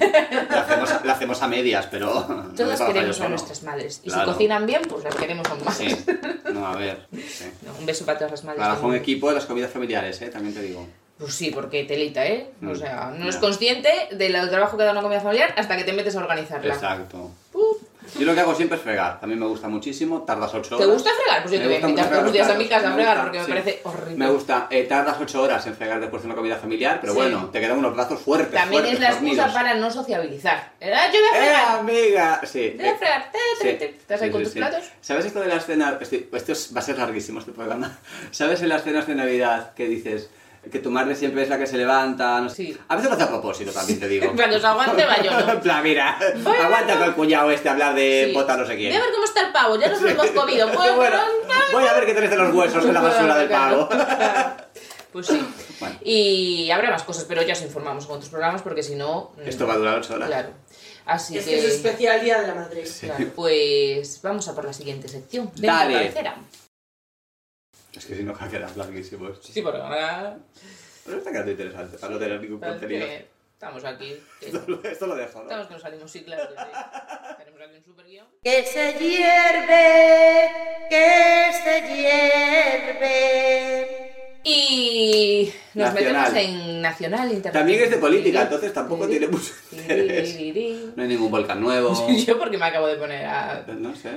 A: La hacemos, la hacemos a medias, pero. no
B: Todas
A: puedo hacer
B: queremos
A: yo
B: a
A: solo.
B: nuestras madres. Y si
A: Claro.
B: cocinan bien, pues las queremos aún más.
A: Sí. No, a ver. Sí.
B: No, un beso para todas las madres.
A: Trabajo en
B: del mundo.
A: equipo de las comidas familiares, ¿eh? también te digo.
B: Pues sí, porque telita, ¿eh? O
A: Mm,
B: sea, no
A: ya.
B: es consciente del trabajo que da una comida familiar hasta que te metes a organizarla.
A: Exacto. Yo lo que hago siempre es fregar. A mí me gusta muchísimo, tardas 8
B: ¿Te
A: horas.
B: gusta fregar? Pues yo
A: Me
B: te voy a
A: gusta
B: invitar
A: mucho
B: todos los días a
A: fregar,
B: mi casa a
A: me
B: fregar
A: gusta,
B: porque
A: sí.
B: me parece horrible.
A: Me gusta, eh, tardas 8 horas en fregar después de una comida familiar, pero
B: Sí.
A: bueno, te quedan unos brazos fuertes.
B: También
A: fuertes,
B: es la excusa
A: fornidos.
B: para no sociabilizar. Eh, yo voy a
A: ¡Eh,
B: fregar.
A: amiga! Sí.
B: Te voy a
A: eh,
B: fregar. Te, te,
A: sí,
B: te. ¿Estás ahí
A: sí,
B: con
A: sí,
B: tus
A: sí.
B: platos?
A: ¿Sabes esto de la escena? Estoy- esto es- va a ser larguísimo este programa. ¿Sabes en las cenas de Navidad que dices que tu madre siempre es la que se levanta? No sé-
B: Sí.
A: A veces lo hace a propósito, también te digo.
B: Cuando se aguante, va yo, ¿no?
A: En plan, mira,
B: Bueno.
A: aguanta con el cuñado este a hablar de
B: Sí.
A: bota no sé quién.
B: Ve a ver cómo está el pavo, ya nos lo hemos comido. Pues,
A: Bueno, voy a ver qué tenés de los huesos en la basura del pavo.
B: pues sí.
A: Bueno.
B: Y habrá más cosas, pero ya os informamos con otros programas porque si no. mm,
A: Esto va a durar 8 horas.
B: Claro. Así
C: Es
B: que.
C: que es especial día de la madre.
B: claro, pues vamos a por la siguiente sección. Ven
A: Dale.
B: tu cabecera.
A: Es que si no, quedará larguísimo. esto.
B: Sí, porque ahora.
A: Pero está quedando interesante para no tener ningún contenido.
B: que Estamos aquí. que-
A: Esto lo dejo, ¿no?
B: Estamos que nos salimos, sí, claro que sí. Tenemos aquí un super guión.
D: Que se hierve, que se hierve.
B: Y nos
A: Nacional.
B: metemos en nacional, internacional.
A: También es de política, entonces tampoco tiene mucho interés.
B: interés.
A: No hay ningún volcán nuevo.
B: Yo porque me acabo de poner a...
A: Eh, No sé.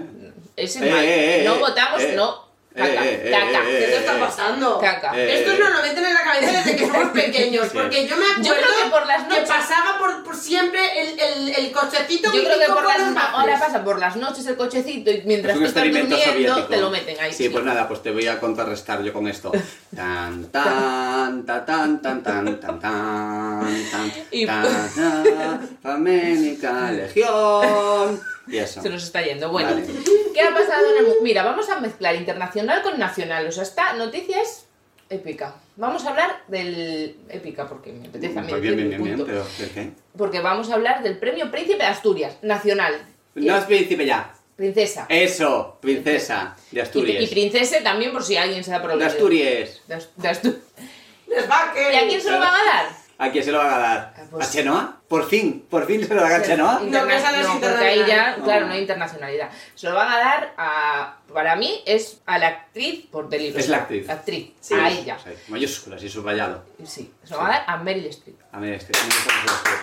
B: Ese
A: Eh,
B: mal.
A: eh, eh,
B: no
A: eh,
B: votamos,
A: eh.
B: no.
A: Eh,
B: Caca,
A: eh, eh,
B: caca.
A: eh,
C: ¿Qué te está
A: eh,
C: pasando?
B: Caca.
A: Eh,
C: Esto nos lo meten en la cabeza desde que somos pequeños,
A: Sí.
C: porque yo me acuerdo
B: Yo creo que por las
C: que
B: noches...
C: pasaba por, por siempre el, el, el cochecito
B: Yo creo que
C: mítico
B: por
C: con
B: las
C: los
B: ma-
C: maples.
B: ahora pasa por las noches el cochecito y mientras
A: es un
B: tú estás
A: experimento
B: durmiendo
A: soviético.
B: te lo meten ahí.
A: Sí, pues nada, pues te voy a contrarrestar yo con esto. Tan, tan, ta, tan, tan, tan, tan, tan, tan,
B: Y- pues-
A: tan, tan, faménica legión. Y eso.
B: Se nos está yendo. Bueno,
A: Vale.
B: ¿qué ha pasado en el mundo? Mira, vamos a mezclar internacional con nacional. O sea, esta noticia es épica. Vamos a hablar del. épica, porque me apetece a mí.
A: Pues bien, bien,
B: decir
A: bien,
B: un
A: bien,
B: punto.
A: pero ¿qué, qué?
B: Porque vamos a hablar del premio Príncipe de Asturias, nacional.
A: No es príncipe ya.
B: Princesa.
A: Eso, princesa de
B: Y, y
A: Eh, Asturias.
B: princesa también, por si alguien se da
A: De
B: problema.
A: Asturias.
B: De Ast- de Astu-
C: Les va
B: ¿Y
C: que-
B: a quién se lo van a dar?
A: ¿A quién se lo van a dar?
B: Ah, pues-
A: ¿A Chenoa? Por fin, por fin se lo dan a Chenoa.
C: No, que esa no es
B: no, porque ahí ya,
A: internacional.
B: claro,
A: No.
B: no hay internacionalidad. Se lo van a dar a. Para mí es a la actriz por delirio.
A: Es la actriz.
B: Actriz.
A: Sí,
B: a ella.
A: sí, Mayúsculas y subrayado.
B: Sí. Se lo van a dar a Meryl Streep.
A: A ver, este, ¿cómo estamos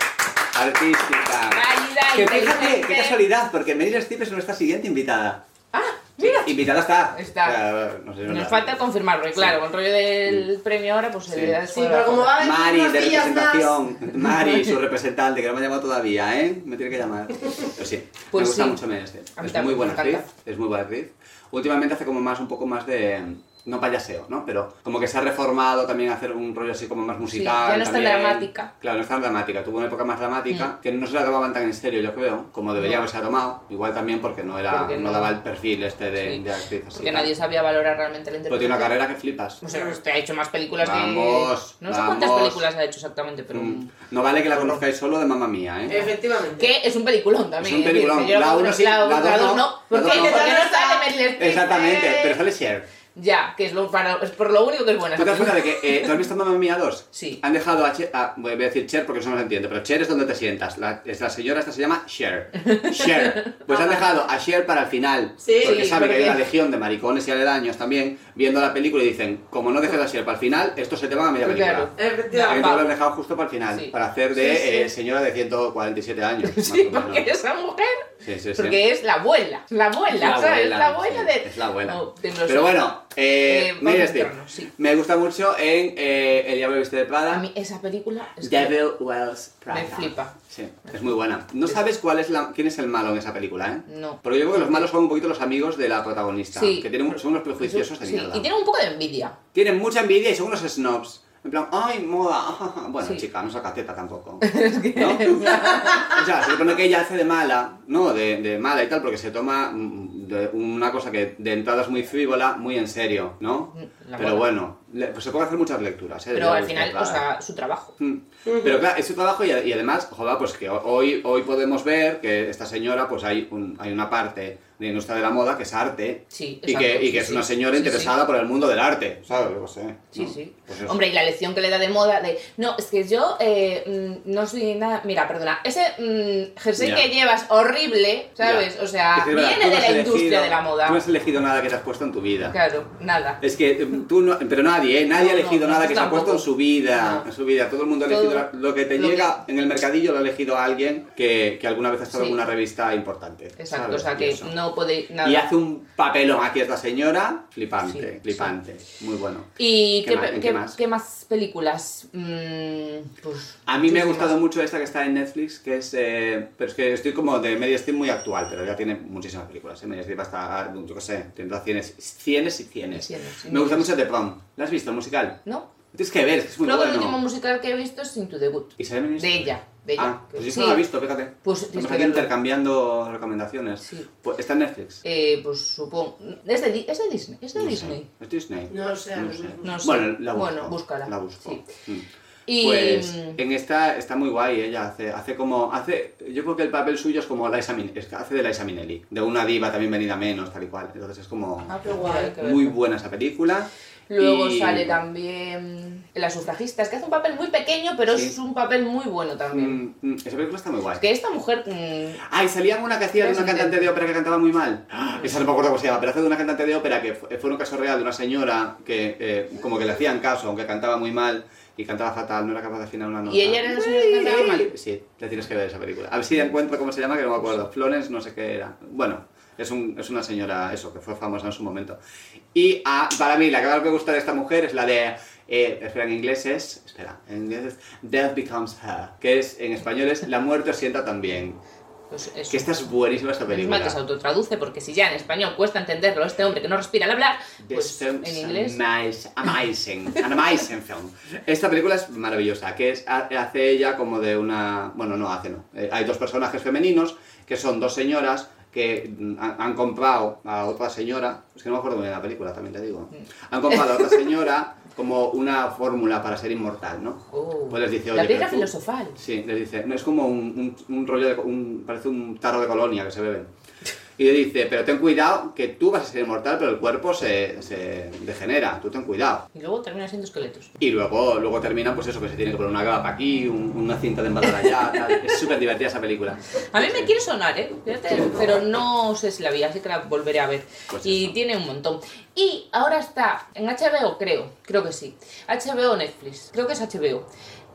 A: los tres? Artística.
B: Válida,
A: Que fíjate,
B: inteligente.
A: qué casualidad, porque Meryl Streep es nuestra siguiente invitada.
B: Ah, mira.
A: Invitada está.
B: Está.
A: Claro, no sé, no
B: Nos
A: la-
B: falta confirmar, porque claro,
A: Sí.
B: con el rollo del premio ahora, pues se
A: Sí.
B: le da
C: Sí, pero como va a venir
A: Mari,
C: unos
A: de
C: días más.
A: representación. Mari, su representante, que no me ha llamado todavía, ¿eh? Me tiene que llamar. Pero sí,
B: Pues
A: me gusta
B: sí.
A: mucho Meryl Streep.
B: A mí
A: Es muy
B: también,
A: buena
B: me
A: actriz,
B: encanta.
A: es muy buena actriz. Últimamente hace como más, un poco más de... No payaseo, ¿no? Pero como que se ha reformado también a hacer un rollo así como más musical.
B: ya no es tan
A: también.
B: dramática. Mm.
A: Claro, no es tan dramática. Tuvo una época más dramática que no se la tomaban tan en serio, yo creo, como debería
B: No.
A: haberse tomado. Igual también porque no era
B: Porque
A: no,
B: no.
A: daba el perfil este de,
B: Sí.
A: de actriz así.
B: Porque
A: tal.
B: nadie sabía valorar realmente la
A: Pero Pues tiene
B: interpretación.
A: una carrera que flipas.
B: O sea, usted ha hecho más películas
A: Vamos,
B: que... No sé cuántas
A: vamos.
B: películas ha hecho exactamente, pero...
A: Mm. No vale que la conozcáis solo de mamá mía, ¿eh?
C: Efectivamente.
B: Que es un peliculón también.
A: Es un
B: eh,
A: peliculón.
B: que yo
A: La
B: lo
A: uno sí, la
B: creo,
A: dos
B: dos
A: no,
B: ¿Por
A: la
B: qué?
A: dos no.
B: Porque no sale Meryl Streep.
A: Exactamente,
B: eh.
A: pero sale Cher.
B: Ya, que es lo, para- es por lo único que es buena.
A: ¿Tú te das cuenta de que eh, tú has visto Mamma Mía 2?
B: Sí.
A: Han dejado a Cher, a- voy a decir Cher porque eso no se entiende, pero Cher es donde te sientas. La, es la señora esta se llama Cher. Cher. Pues han dejado a Cher para el final.
C: Sí,
A: porque
B: sí,
A: sabe que hay
B: porque-
A: una legión de maricones y aledaños también viendo la película y dicen, como no dejes a Cher para el final, esto se te va a media película.
B: Claro.
A: Entonces
C: Efectivamente.
A: lo han dejado justo para el final,
B: Sí.
A: para hacer de
C: Sí, sí.
A: eh, señora de 147 años. más
B: Sí,
A: o menos.
B: porque esa mujer...
A: Sí, sí, sí.
B: Porque es la abuela, la
A: Es
B: abuela, ¿sabes? la abuela
A: sí,
B: de...
A: Es la abuela.
B: No, de los-
A: Pero bueno, eh,
B: Eh, vamos
A: Meryl
B: a
A: Streep.
B: meternos, sí.
A: Me gusta mucho en eh, El Diablo Viste de
B: A
A: Prada.
B: mí esa película es que-
A: Devil Wells Prada.
B: Me flipa.
A: Sí, es muy buena. No sabes cuál es la, quién es el malo en esa película, ¿eh?
B: No.
A: Porque yo creo que los malos son un poquito los amigos de la protagonista.
B: Sí.
A: Que tienen, son unos prejuiciosos de
B: Sí,
A: mierda.
B: y tiene un poco de envidia.
A: Tienen mucha envidia y son unos snobs. En plan, ¡ay, moda! ajaja". Bueno,
B: Sí.
A: chica, no saca teta tampoco. ¿No? o sea, se supone que ella hace de mala, ¿no? De, de mala y tal, porque se toma mm, de una cosa que de entrada es muy frívola, muy en serio, ¿no?
B: mm, La
A: Pero
B: boda.
A: bueno, le- pues se pueden hacer muchas lecturas. ¿eh?
B: Pero
A: Desde
B: al
A: luego,
B: final,
A: claro.
B: o sea, su trabajo.
A: Mm. Pero claro, es su trabajo y, y además, joder, pues que hoy, hoy podemos ver que esta señora, pues hay, un- hay una parte de la industria de la moda que es arte
B: Sí,
A: y
B: exacto,
A: que, y
B: sí,
A: que es
B: sí.
A: una señora
B: Sí, sí.
A: interesada por el mundo del arte, ¿sabes? Yo qué sé.
B: Sí,
A: ¿no?
B: sí.
A: Pues eso.
B: Hombre, y la lección que le da de moda de, no, es que yo eh, mm, no soy nada... Mira, perdona, ese mm, jersey
A: Ya.
B: que llevas horrible, ¿sabes?
A: Ya.
B: O sea,
A: Es que, verdad, tú
B: viene
A: no
B: de
A: has
B: la
A: elegido-
B: industria de la
A: Tú no
B: moda.
A: has elegido nada que te has puesto en tu vida.
B: Claro, nada.
A: Es que eh, tú no, pero nadie, ¿eh? nadie ha
B: No,
A: elegido
B: no,
A: nada que se ha
B: tampoco.
A: puesto en su vida,
B: No.
A: en su vida. Todo el mundo ha
B: Todo
A: elegido la- lo que te
B: lo
A: llega en el mercadillo lo ha elegido alguien que, que alguna vez ha estado
B: Sí.
A: en una revista importante. ¿sabes?
B: Exacto, o sea
A: Y
B: que
A: eso.
B: no podéis nada.
A: Y hace un papelón aquí esta señora, flipante,
B: Sí,
A: flipante, muy bueno.
B: ¿Y
A: ¿Qué
B: qué,
A: más?
B: pe-
A: ¿Qué
B: qué-
A: más?
B: qué más películas? Mm, pues,
A: A mí me ha
B: muchísimas.
A: gustado mucho esta que está en Netflix, que es... eh, pero es que estoy como de Meryl Streep muy actual, pero ya tiene muchísimas películas. ¿eh? Meryl Streep hasta, yo qué sé, tendrá cienes, cienes y cienes.
B: Cienes y
A: Me gusta
B: miles.
A: mucho The Prom. ¿La has visto, el musical?
B: ¿No?
A: Tienes que ver, es que es muy
B: Creo que el
A: bueno.
B: último musical que he visto es Into the Good.
A: ¿Y sabe venir?
B: De ella, de ella.
A: Ah, pues yo
B: Sí.
A: no la he visto, fíjate.
B: Pues tienes
A: Estamos
B: que
A: aquí
B: verlo.
A: intercambiando recomendaciones.
B: Sí.
A: Pues está en Netflix.
B: Eh, pues supongo. Es de, Di- es de Disney. Es de
A: No sé.
B: Disney.
A: ¿Es Disney?
C: No sé, a lo mejor.
B: No sé.
A: Bueno, la busco.
B: Bueno, búscala.
A: La busco. Mm.
B: Y.
A: Pues
B: mm,
A: en esta está muy guay ella, hace, hace como, hace, yo creo que el papel suyo es como Liza Min- es que hace de Liza Minnelli, de una diva también venida menos, tal y cual, entonces es como
B: ah,
C: qué
B: pues
C: guay,
B: hay que verlo.
A: muy buena esa película.
B: Luego
A: Y-
B: sale también La sufragista, es que hace un papel muy pequeño, pero
A: Sí.
B: es un papel muy bueno también.
A: Mm, mm, esa película está muy guay.
B: Es que esta mujer. mm,
A: Ay, salía una que hacía de una
B: Presente.
A: cantante de ópera que cantaba muy mal. ¡Ah!
B: pues
A: Esa no me acuerdo cómo se llama, pero hace de una cantante de ópera que fu- fue un caso real de una señora que eh, como que le hacían caso, aunque cantaba muy mal y cantaba fatal, no era capaz de afinar una nota.
B: y ella era la señora que cantaba mal.
A: Sí, la tienes que ver esa película. A ver si encuentro cómo se llama, que no me acuerdo. Florence, no sé qué era. Bueno, es, un- es una señora, eso, que fue famosa en su momento. Y ah, para mí, la que más me gusta de esta mujer es la de. eh, espera, en inglés es. Espera, en inglés es Death Becomes Her. Que es, en español es La muerte os sienta también.
B: Pues eso.
A: Que esta es buenísima esta
B: Menos
A: película.
B: mal que se autotraduce, porque si ya en español cuesta entenderlo este hombre que no respira al hablar,
A: This
B: pues
A: film
B: en
A: is
B: inglés.
A: amaz- amazing, an amazing film. Esta película es maravillosa, que es ha- hace ella como de una, bueno no hace no, Eh, hay dos personajes femeninos que son dos señoras que mm, han, han comprado a otra señora, es que no me acuerdo muy bien la película, también te digo,
B: Mm.
A: han comprado a otra señora como una fórmula para ser inmortal, ¿no?
B: Oh,
A: Pues les dice,
B: la
A: "Oye,
B: piedra
A: pero tú-"
B: filosofal.
A: Sí, le dice, no es como un, un- un rollo de, co- un, parece un tarro de colonia que se beben. Y le dice, pero ten cuidado que tú vas a ser inmortal, pero el cuerpo se, se degenera, tú ten cuidado.
B: Y luego termina siendo esqueletos.
A: Y luego, luego termina, pues eso, que se tiene que poner una capa aquí, un- una cinta de embarazada allá, tal. Es súper divertida esa película.
B: A mí me quiere sonar, ¿eh? Fíjate, pero no sé si la vi, así que la volveré a ver.
A: Pues
B: y
A: eso.
B: tiene un montón. Y ahora está en HBO, creo, creo que sí. HBO o Netflix, creo que es HBO.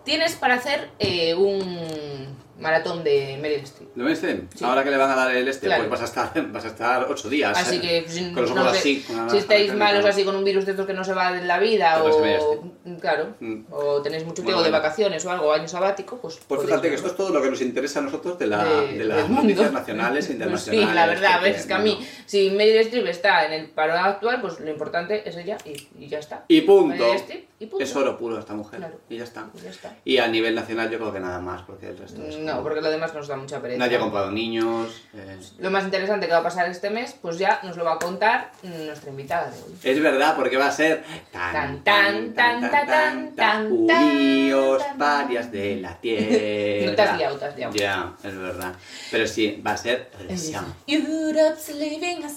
B: Tienes para hacer eh, un maratón de Meryl Streep.
A: ¿Lo ves? Tim?
B: Sí.
A: Ahora que le van a dar el este,
B: Claro.
A: pues vas a estar, vas a estar ocho días.
B: Así
A: ¿eh?
B: que si,
A: con los ojos
B: no sé,
A: así. con la
B: si
A: nariz
B: estáis
A: abierta,
B: malos
A: ¿no?
B: así con un virus de estos que no se va de la vida
A: Te vas a ver
B: o claro,
A: Mm.
B: o tenéis mucho
A: Muy
B: tiempo de
A: bueno.
B: vacaciones o algo, año sabático, pues
A: Pues
B: podéis
A: fíjate que
B: verlo.
A: esto es todo lo que nos interesa a nosotros de, la,
B: de-
A: Ah, de las
B: del mundo.
A: noticias nacionales e
B: Pues
A: internacionales.
B: sí, la verdad, a
A: porque,
B: ver, es que a
A: bueno.
B: mí, si Meryl Streep está en el panorama actual, pues lo importante es ella y, y ya está.
A: Y punto.
B: Meryl Streep y punto.
A: Es oro puro esta mujer.
B: Claro.
A: Y ya está.
B: Y ya está.
A: Y a nivel nacional yo creo que nada más, porque el resto es
B: No,
A: como-
B: porque lo demás nos da mucha pereza.
A: Nadie ha comprado niños. eh.
B: Lo más interesante que va a pasar este mes, pues ya nos lo va a contar nuestra invitada de hoy.
A: Es verdad, porque va a ser tan,
B: Tan,
A: tan, tan, tan, tan, tan, uníos
B: tan,
A: parias de la tierra.
B: No te has liado, te has liado.
A: Ya, es verdad. Pero sí, va a ser Eurovisión.
B: Europe's living a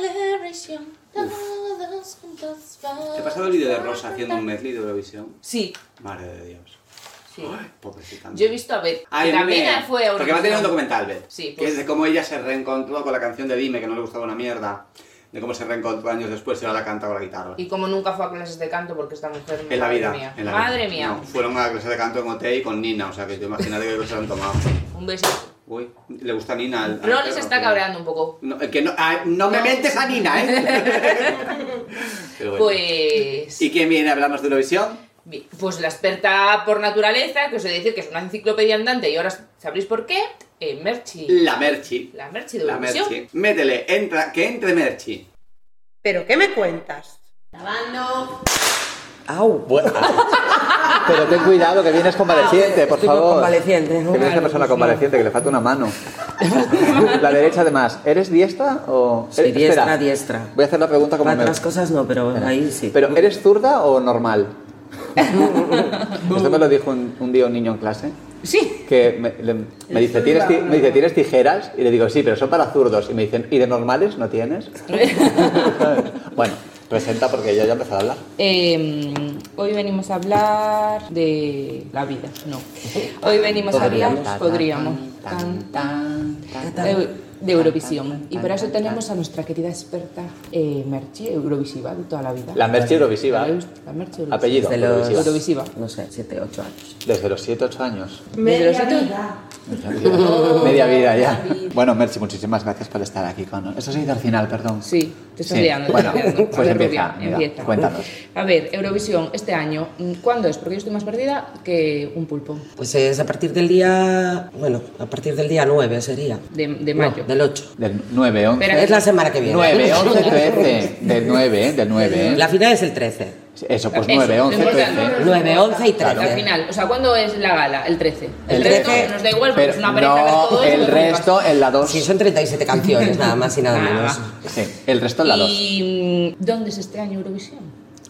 B: celebration. Todos juntos
A: ¿Te ha pasado el vídeo de Rosa haciendo un medley de Eurovisión?
B: Sí,
A: Madre de Dios.
B: sí.
A: Ay, pobrecita.
B: Yo he visto a Beth,
A: Ay,
B: que también
A: Dime,
B: fue a
A: Porque va a tener un
B: Eurovisión.
A: documental, Beth.
B: Sí,
A: Que
B: pues.
A: es de cómo ella se reencontró con la canción de Dime, que no le gustaba una mierda. De cómo se reencontró años después y ahora canta con la guitarra.
B: Y como nunca fue a clases de canto porque esta mujer...
A: En la
B: madre
A: vida.
B: mía.
A: en la vida.
B: madre mía.
A: No, fueron a la clase de canto en OT y con Nina, o sea que tú imagínate que se lo han tomado.
B: Un besito.
A: Uy, le gusta Nina al. al
B: Ronnie
A: perro,
B: se está
A: ¿no?
B: cabreando un poco.
A: No, que no, ah, no me
B: No.
A: mentes a Nina, ¿eh? Pero bueno.
B: Pues...
A: ¿Y quién viene a hablarnos de Eurovisión?
B: bien, Pues la experta por naturaleza, que os he de decir que es una enciclopedia andante y ahora sabréis por qué, eh, Merchi.
A: La Merchi.
B: La Merchi de
A: La
B: Eurovisión.
A: Merchi. Métele, entra, que entre Merchi.
D: ¿Pero qué me cuentas?
C: Lavando.
A: Bueno. Pero ten cuidado, que vienes convaleciente, por
F: Ah, Estoy
A: favor.
F: convaleciente, ¿no?
A: Que vienes de persona convaleciente, que le falta una mano. La derecha, además. ¿Eres diestra o...?
F: Sí,
A: Espera,
F: diestra, diestra.
A: Voy a hacer la pregunta como
F: Para
A: me...
F: otras cosas no, pero ahí sí.
A: Pero, ¿eres zurda o normal? Esto me lo dijo un, un día un niño en clase.
B: Sí.
A: Que me, le- me dice, ¿tienes, ti- me dice, ¿tienes tijeras? Y le digo, sí, pero son para zurdos. Y me dicen, ¿y de normales no tienes? bueno, presenta porque yo ya he empezado a hablar.
B: Eh, hoy venimos a hablar de la vida, no. Hoy venimos a hablar, podríamos, tan, tan, de, de Eurovisión. Y para eso tenemos a nuestra querida experta eh, Merchi, Eurovisiva de toda la vida.
A: La merch
B: La
A: eurovisiva.
B: Eus- la Merchi Eurovisiva.
A: Apellido.
F: Desde los,
B: Eurovisiva.
F: no sé, 7, 8 años.
A: Desde los 7, 8 años.
B: Desde los siete-
A: Media vida ya. Bueno, Merchi, muchísimas gracias por estar aquí con nosotros. Eso se dice al final, perdón.
B: Sí, te estás
A: Sí,
B: liando. te
A: bueno,
B: estás liando.
A: pues
B: a ver,
A: empieza,
B: Rubia,
A: mira,
B: empieza.
A: cuéntanos.
B: A ver, Eurovisión, este año, mm, ¿cuándo es? Porque yo estoy más perdida que un pulpo
F: Pues es a partir del día, bueno, a partir del día 9 sería.
B: de, de mayo.
F: No, del 8.
A: Del 9, 11.
B: Espera,
F: Es la semana que viene.
A: 9, 11, 13. Del 9, ¿eh? Del 9, ¿eh?
F: La final es el 13.
A: Eso, pues
B: Eso,
A: 9,
B: lo
A: 11,
B: importante.
A: 13.
F: 9, 11 y 13.
A: Claro.
B: Al final, o sea, ¿cuándo es la gala? El 13. El,
F: El
B: resto
F: 13,
B: nos da igual porque es una pereza ver todo
A: no,
B: eso,
A: el
B: pero flipas.
A: resto en la 2.
F: Sí, son 37 canciones, nada más y nada
B: Ah,
F: menos.
A: Sí, el resto en la 2.
B: ¿Y mm, dónde es este año Eurovisión?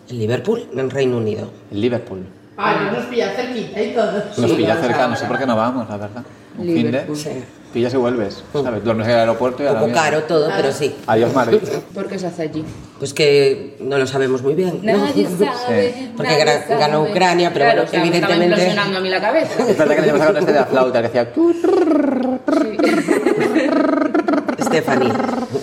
F: En Liverpool, en Reino Unido.
A: El Liverpool.
C: Ah, no nos pilla cerquita y todo.
A: Nos
F: Sí,
A: pilla
F: vamos
A: cerca,
F: a-
A: no sé por qué no vamos, la verdad. Un fin de...
B: Liverpool.
F: Sí.
A: Pillas y vuelves, ¿sabes? Duermes en el aeropuerto y a
F: Un
A: la
F: poco
A: mierda.
F: caro todo,
B: Ah.
F: pero sí.
A: Adiós, Madrid.
B: ¿Por qué se hace allí?
F: Pues que no lo sabemos muy bien. ¿no?
B: Nadie sabe.
A: Sí.
F: Porque
B: nadie
F: gra- ganó
B: sabe.
F: Ucrania, pero
B: Claro,
F: bueno,
B: o sea, me estaba
F: evidentemente-
B: implosionando a mí la cabeza.
A: Es verdad que nos llevas con este de la flauta, que decía... "Tú,
F: Stephanie.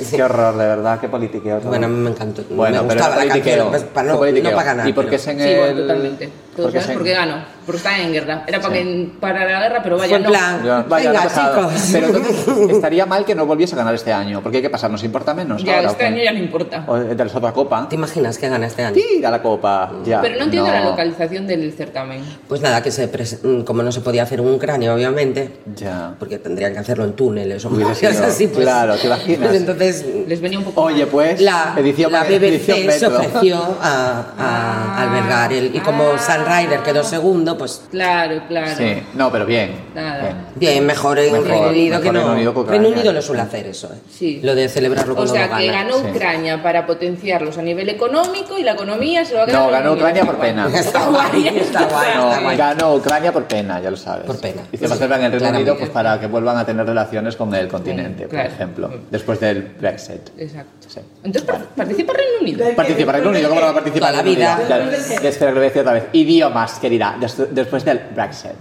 F: Sí.
A: Qué horror, de verdad, qué politiqueo. todo.
F: Bueno, a mí me encantó.
A: Bueno,
F: me
A: pero
F: gustaba
A: era
F: la
A: politiqueo.
F: canción, pues, para no,
A: Fue politiqueo.
F: no para ganar.
A: ¿Y por qué
F: pero-
A: es en
B: Sí,
A: el...?
B: bueno, totalmente. Todos
A: por qué es
B: saben
A: en-
B: porque ganó, porque está en guerra. Era para, que, para la guerra, pero vaya,
F: Fue en
B: no.
F: plan,
A: Ya, vaya, no
F: venga,
A: ha pasado.
F: chicos.
A: Pero entonces estaría mal que no volviese a ganar este año, porque ¿qué pasa? ¿Nos importa menos
B: Ya,
A: ahora,
B: este
A: o qué?
B: año ya no importa.
A: O de la otra copa.
F: ¿Te imaginas que gana este año?
A: Tira la copa. Ya.
B: Pero no entiendo la localización del certamen.
F: Pues nada, que se pres- mm, como no se podía hacer en Ucrania, obviamente,
A: Ya.
F: porque tendrían que hacerlo en túneles o
A: Hubiera
F: cosas
A: sido-
F: así. Pues,
A: claro, ¿te imaginas?
F: Pues entonces,
B: Les venía un poco
A: Oye,
B: mal.
A: pues,
F: la,
A: edición,
F: la BBC
A: edición
F: se
A: metro.
F: ofreció a, a
B: Ah.
F: albergar el, y como
B: Ah.
F: Sunrider quedó segundo, pues
B: Claro, claro.
A: Sí, no, pero bien.
B: Nada.
A: Bien.
F: bien, mejor en
A: Mejor-
F: Reino Unido
A: mejor
F: que no.
A: Reino Unido que Ucrania.
F: Reino Unido lo suele hacer eso, eh.
B: Sí.
F: lo de celebrarlo
B: O
F: cuando
B: sea,
F: lo
B: que
F: gana.
B: ganó
A: sí.
B: Ucrania para potenciarlos a nivel económico y la economía se va a quedar...
A: No,
B: en
A: ganó
B: el-
A: Ucrania por pena.
F: Está guay, está guay,
A: No,
F: está guay.
A: ganó Ucrania por pena, ya lo sabes.
F: Por pena.
A: Y se celebran en el Reino
F: Claramente.
A: Unido pues, para que vuelvan a tener relaciones con el continente, por
B: claro.
A: ejemplo, después del Brexit.
B: Exacto.
A: Sí.
B: Entonces, par- ¿participa Reino Unido?
A: Participa Reino Unido, ¿cómo no va a participar?
F: Toda la
A: Reino
F: vida.
A: Unido? Ya, ya, espera que lo voy a decir otra vez. Idiomas, querida, des- después del Brexit.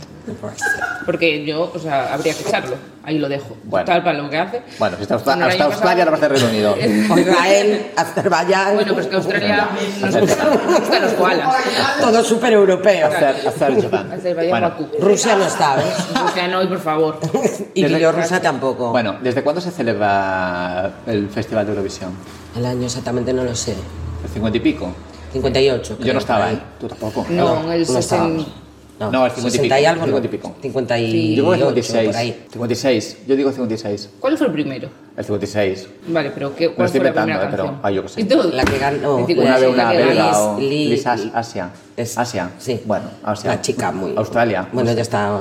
B: Porque yo, o sea, habría que echarlo. Ahí lo dejo.
A: Bueno.
B: Tal para lo que hace.
A: Bueno, si está
B: Bueno,
A: Austra-
B: el
A: hasta
B: año
A: Australia no va a ser Reino Unido.
F: O Israel, Azerbaiyán,
B: Bueno, pues pero es que Australia nos gusta, nos gustan los koalas.
F: todo súper europeo.
A: Hacer, hacer Japan.
B: Azerbaiyán,
A: Bueno,
B: Bakú.
F: Rusia no está, ¿ves?
B: O sea, no, por favor.
F: Y
A: Desde-
F: Bielorrusia tampoco.
A: Bueno, ¿desde cuándo se celebra el Festival de Eurovisión?
F: El año exactamente no lo sé.
A: ¿El 50 y pico?
F: 58.
A: Yo
F: creo,
A: no estaba
F: por
A: ahí, tú tampoco.
B: No, en el
F: No estaba.
B: 60.
F: No,
A: No, el 50 y
F: 60 y
A: pico,
F: algo.
A: 50 y pico.
F: 58,
A: Yo digo el
F: por
A: 56.
F: ahí.
A: 56, yo digo 56.
B: ¿Cuál fue el primero?
A: El 56.
B: Vale, pero ¿qué,
A: Me lo
B: ¿cuál
A: estoy
B: fue la
A: inventando,
B: primera
A: eh, pero-
B: canción?
A: ah, yo qué sé.
B: ¿Y tú?
F: La que ganó.
B: Digo,
A: Una
B: sí,
A: de
B: la
A: una
B: que
A: belga
B: ganó.
A: o
F: Liz-
A: Lisa
F: Liz-
A: Asia.
F: Es-
A: Asia.
F: Sí.
A: Bueno, Asia.
F: Una chica muy.
A: Australia.
F: Bueno,
A: No
F: ya
A: sé.
F: está.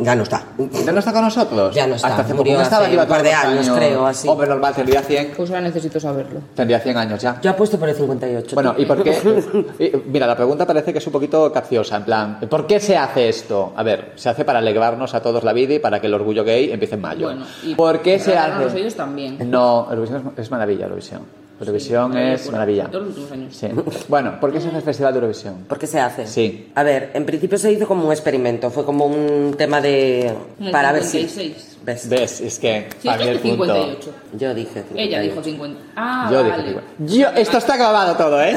F: Ya no está.
A: ¿Ya no está con nosotros?
F: Ya no está,
A: Hasta hace
F: murió
A: poco. No estaba
F: hace
A: yo
F: un par de años, creo, así.
A: Hombre, normal, tendría 100.
B: Pues ahora necesito saberlo.
A: Tendría 100 años ya.
F: Yo apuesto por el 58.
A: Bueno, ¿y por qué? y, Mira, la pregunta parece que es un poquito capciosa, en plan, ¿por qué se hace esto? A ver, se hace para alegrarnos a todos la vida y para que el orgullo gay empiece en mayo.
B: Bueno, y
A: ¿Por qué se
B: regalarnos
A: hace?
B: los oídos también.
A: No, Eurovisión es, es maravilla, Eurovisión. Eurovisión
B: maravilla
A: es
B: pura.
A: maravilla.
B: Todos los últimos años.
A: Sí. Bueno, ¿por qué se hace el Festival de Eurovisión?
F: ¿Por qué se hace?
A: Sí.
F: A ver, en principio se hizo como un experimento. Fue como un tema de.
B: En el
F: Para ver si.
B: 56.
F: ¿Ves?
A: ¿Ves? Es que
B: Sí,
A: para mí el
B: dijiste
A: punto...
B: 58.
F: Yo dije.
B: Ella
F: 58.
B: dijo 50. Ah,
A: Yo dije
B: vale.
A: 58. Yo- esto está grabado todo, ¿eh?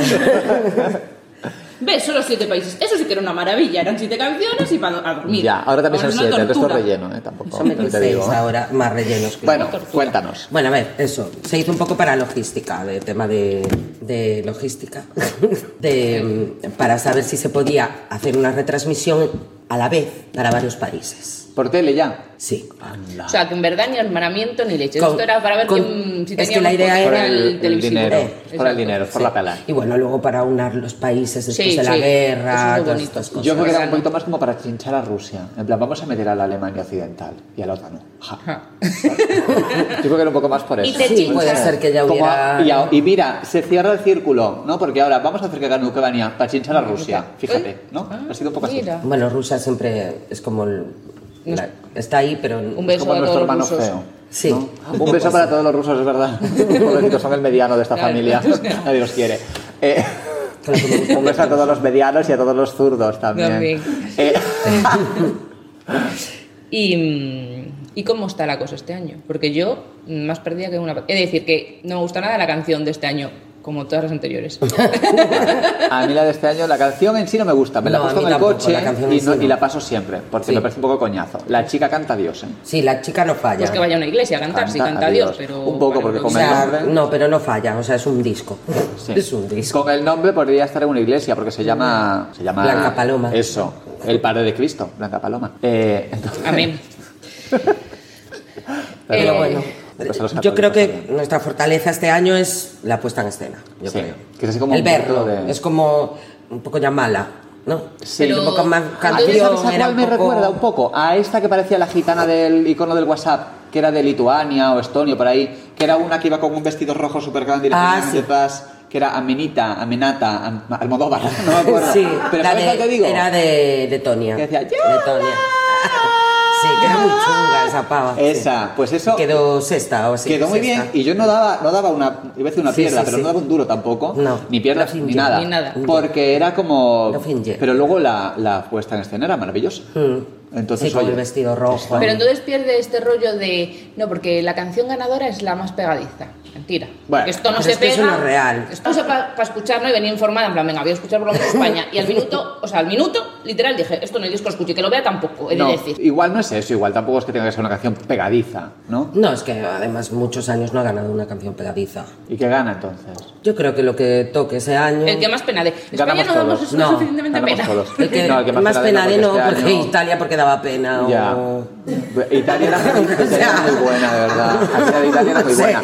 B: ¿Ves? Solo siete países. Eso sí que era una maravilla. Eran siete canciones y para a dormir.
A: ya, ahora también son
B: es una
A: 7, el resto es
B: tortura.
A: relleno, ¿eh? Tampoco
F: Son
A: te digo.
F: 26 ahora, más rellenos. que
A: Bueno,
F: no.
A: cuéntanos.
F: Bueno, a ver, eso. Se hizo un poco para logística, de tema de, de logística. de, mm, para saber si se podía hacer una retransmisión a la vez para varios países.
A: Por tele ya.
F: Sí.
A: Anda.
B: O sea, que en verdad ni hermanamiento ni leche.
F: Con-
B: Esto era para ver
F: con-
B: quién- si
F: es
B: teníamos
F: que la idea
B: por
F: era
B: el, televisivo.
A: dinero.
B: Eh,
A: es por el
B: exacto.
A: dinero, es por la pela.
F: Y bueno, luego para unar los países después
B: Sí,
F: de la
B: sí. Eso es
F: guerra,
B: lo
F: todas
B: bonito.
F: estas cosas.
A: Yo creo que era
B: Sano.
A: un poquito más como para trinchar a Rusia. En plan, vamos a meter a la Alemania Occidental y a la OTAN. no. Ja. Yo creo que era un poco más por eso.
B: Y te
F: Sí,
B: chinchan.
F: puede ser que ya
A: Como a-
F: hubiera...
A: y, a- y mira, se cierra el círculo, ¿no? Porque ahora vamos a hacer que gane Ucrania para chinchar a Rusia. Fíjate, ¿no? Ha sido un poco así.
B: Mira.
F: Bueno, Rusia siempre es como... el- la- está ahí, pero...
B: Un
A: Es
B: beso
A: como nuestro
B: a todos los
A: hermano
B: rusos.
A: feo.
F: Sí.
A: ¿no? Un beso para todos los rusos, es verdad. Pobrecitos, son el mediano de esta
B: Claro.
A: familia. Nadie los quiere. Eh,
F: Claro, como-
A: un beso a todos los medianos y a todos los zurdos también.
B: También.
A: Eh,
B: Y, mm, ¿Y cómo está la cosa este año? Porque yo, mm, más perdida que una... Es decir, que no me gusta nada la canción de este año, como todas las anteriores.
A: a mí la de este año, la canción en sí no me gusta. Me la he
F: No, a
A: puesto
F: mí
A: en el
F: tampoco,
A: coche
F: la canción
A: y,
F: en
A: no-
F: sí no.
A: y la paso siempre, porque
F: Sí.
A: me parece un poco coñazo. La chica canta Dios, ¿eh?
F: Sí, la chica no falla.
B: Pues que vaya a una iglesia a cantar, si
A: Canta
B: canta
A: a Dios.
B: Dios, pero...
A: Un poco, porque
B: no
F: O
A: como
B: sé.
A: el
F: sea,
A: nombre.
F: no, pero no falla, o sea, es un disco.
A: Sí.
F: Es un disco. Mm.
A: Con el nombre podría estar en una iglesia, porque se llama... Se llama
F: Blanca Paloma.
A: Eso, el Padre de Cristo, Blanca Paloma. Eh, entonces-
B: Amén.
F: Pero
B: Eh,
F: bueno,
A: Pues a los
F: yo
A: católicos
F: creo que
A: también.
F: nuestra fortaleza este año es la puesta en escena, yo
A: Sí,
F: creo.
A: que es así como
F: el
A: un poco
F: verlo,
A: de-
F: es como un poco ya mala, ¿no?
A: Sí.
F: un poco más
B: Pero-
A: Entonces,
F: canción,
A: ¿sabes a
F: era
A: cuál me recuerda un poco? A esta que parecía la gitana del icono del WhatsApp, que era de Lituania o Estonia, por ahí, que era una que iba con un vestido rojo súper grande y le
F: Ah,
A: ponían
F: sí.
A: detrás, que era Amenita, Amenata, Am- Almodóvar, no me acuerdo.
F: Sí,
A: Pero
F: la
A: ¿sabes
F: de-
A: cuál te digo?
F: era de Letonia.
A: Que decía,
F: Letonia. sí, que era muy chunga esa pava. sí.
A: Esa, pues eso...
F: Quedó sexta o así.
A: Quedó muy bien
F: sexta.
A: y yo no daba, no daba una, iba a decir una
F: Sí,
A: pierna,
F: sí,
A: pero
F: sí.
A: no daba un duro tampoco,
F: No.
A: ni piernas
F: No
A: ni,
F: fingió,
A: nada,
B: ni nada.
A: porque era como,
F: No fingió.
A: pero luego la, la puesta en escena era maravillosa,
F: Mm.
A: entonces
F: sí, con
A: oye,
F: el vestido rojo.
B: Pero entonces pierde este rollo de... No, porque la canción ganadora es la más pegadiza. Mentira.
A: Bueno,
B: Porque esto no
F: pero
B: se
F: es que
B: pega.
F: eso no es real.
B: Esto es para escucharlo y venir informada. En plan, venga, voy a escuchar por lo menos España. Y al minuto, o sea, al minuto, literal, dije, esto no es disco escuche, que lo vea tampoco, he de
A: No,
B: decir.
A: igual no es eso, igual tampoco es que tenga que ser una canción pegadiza, ¿no?
F: No, es que además muchos años no ha ganado una canción pegadiza.
A: ¿Y qué gana entonces?
F: Yo creo que lo que toque ese año.
B: El que más pena de... España
A: Ganamos
B: no damos
A: todos.
B: eso no,
F: No,
B: suficientemente
A: ganamos
B: pena.
A: todos.
F: el que
A: No, el que más
F: más
A: pena
F: pena
A: de
F: de no,
A: este
F: porque
A: año-
F: Italia porque daba pena.
A: Ya.
F: O...
A: Italia era, muy- Italia era muy buena, de verdad. Así era, Italia era muy
F: No sé.
A: buena.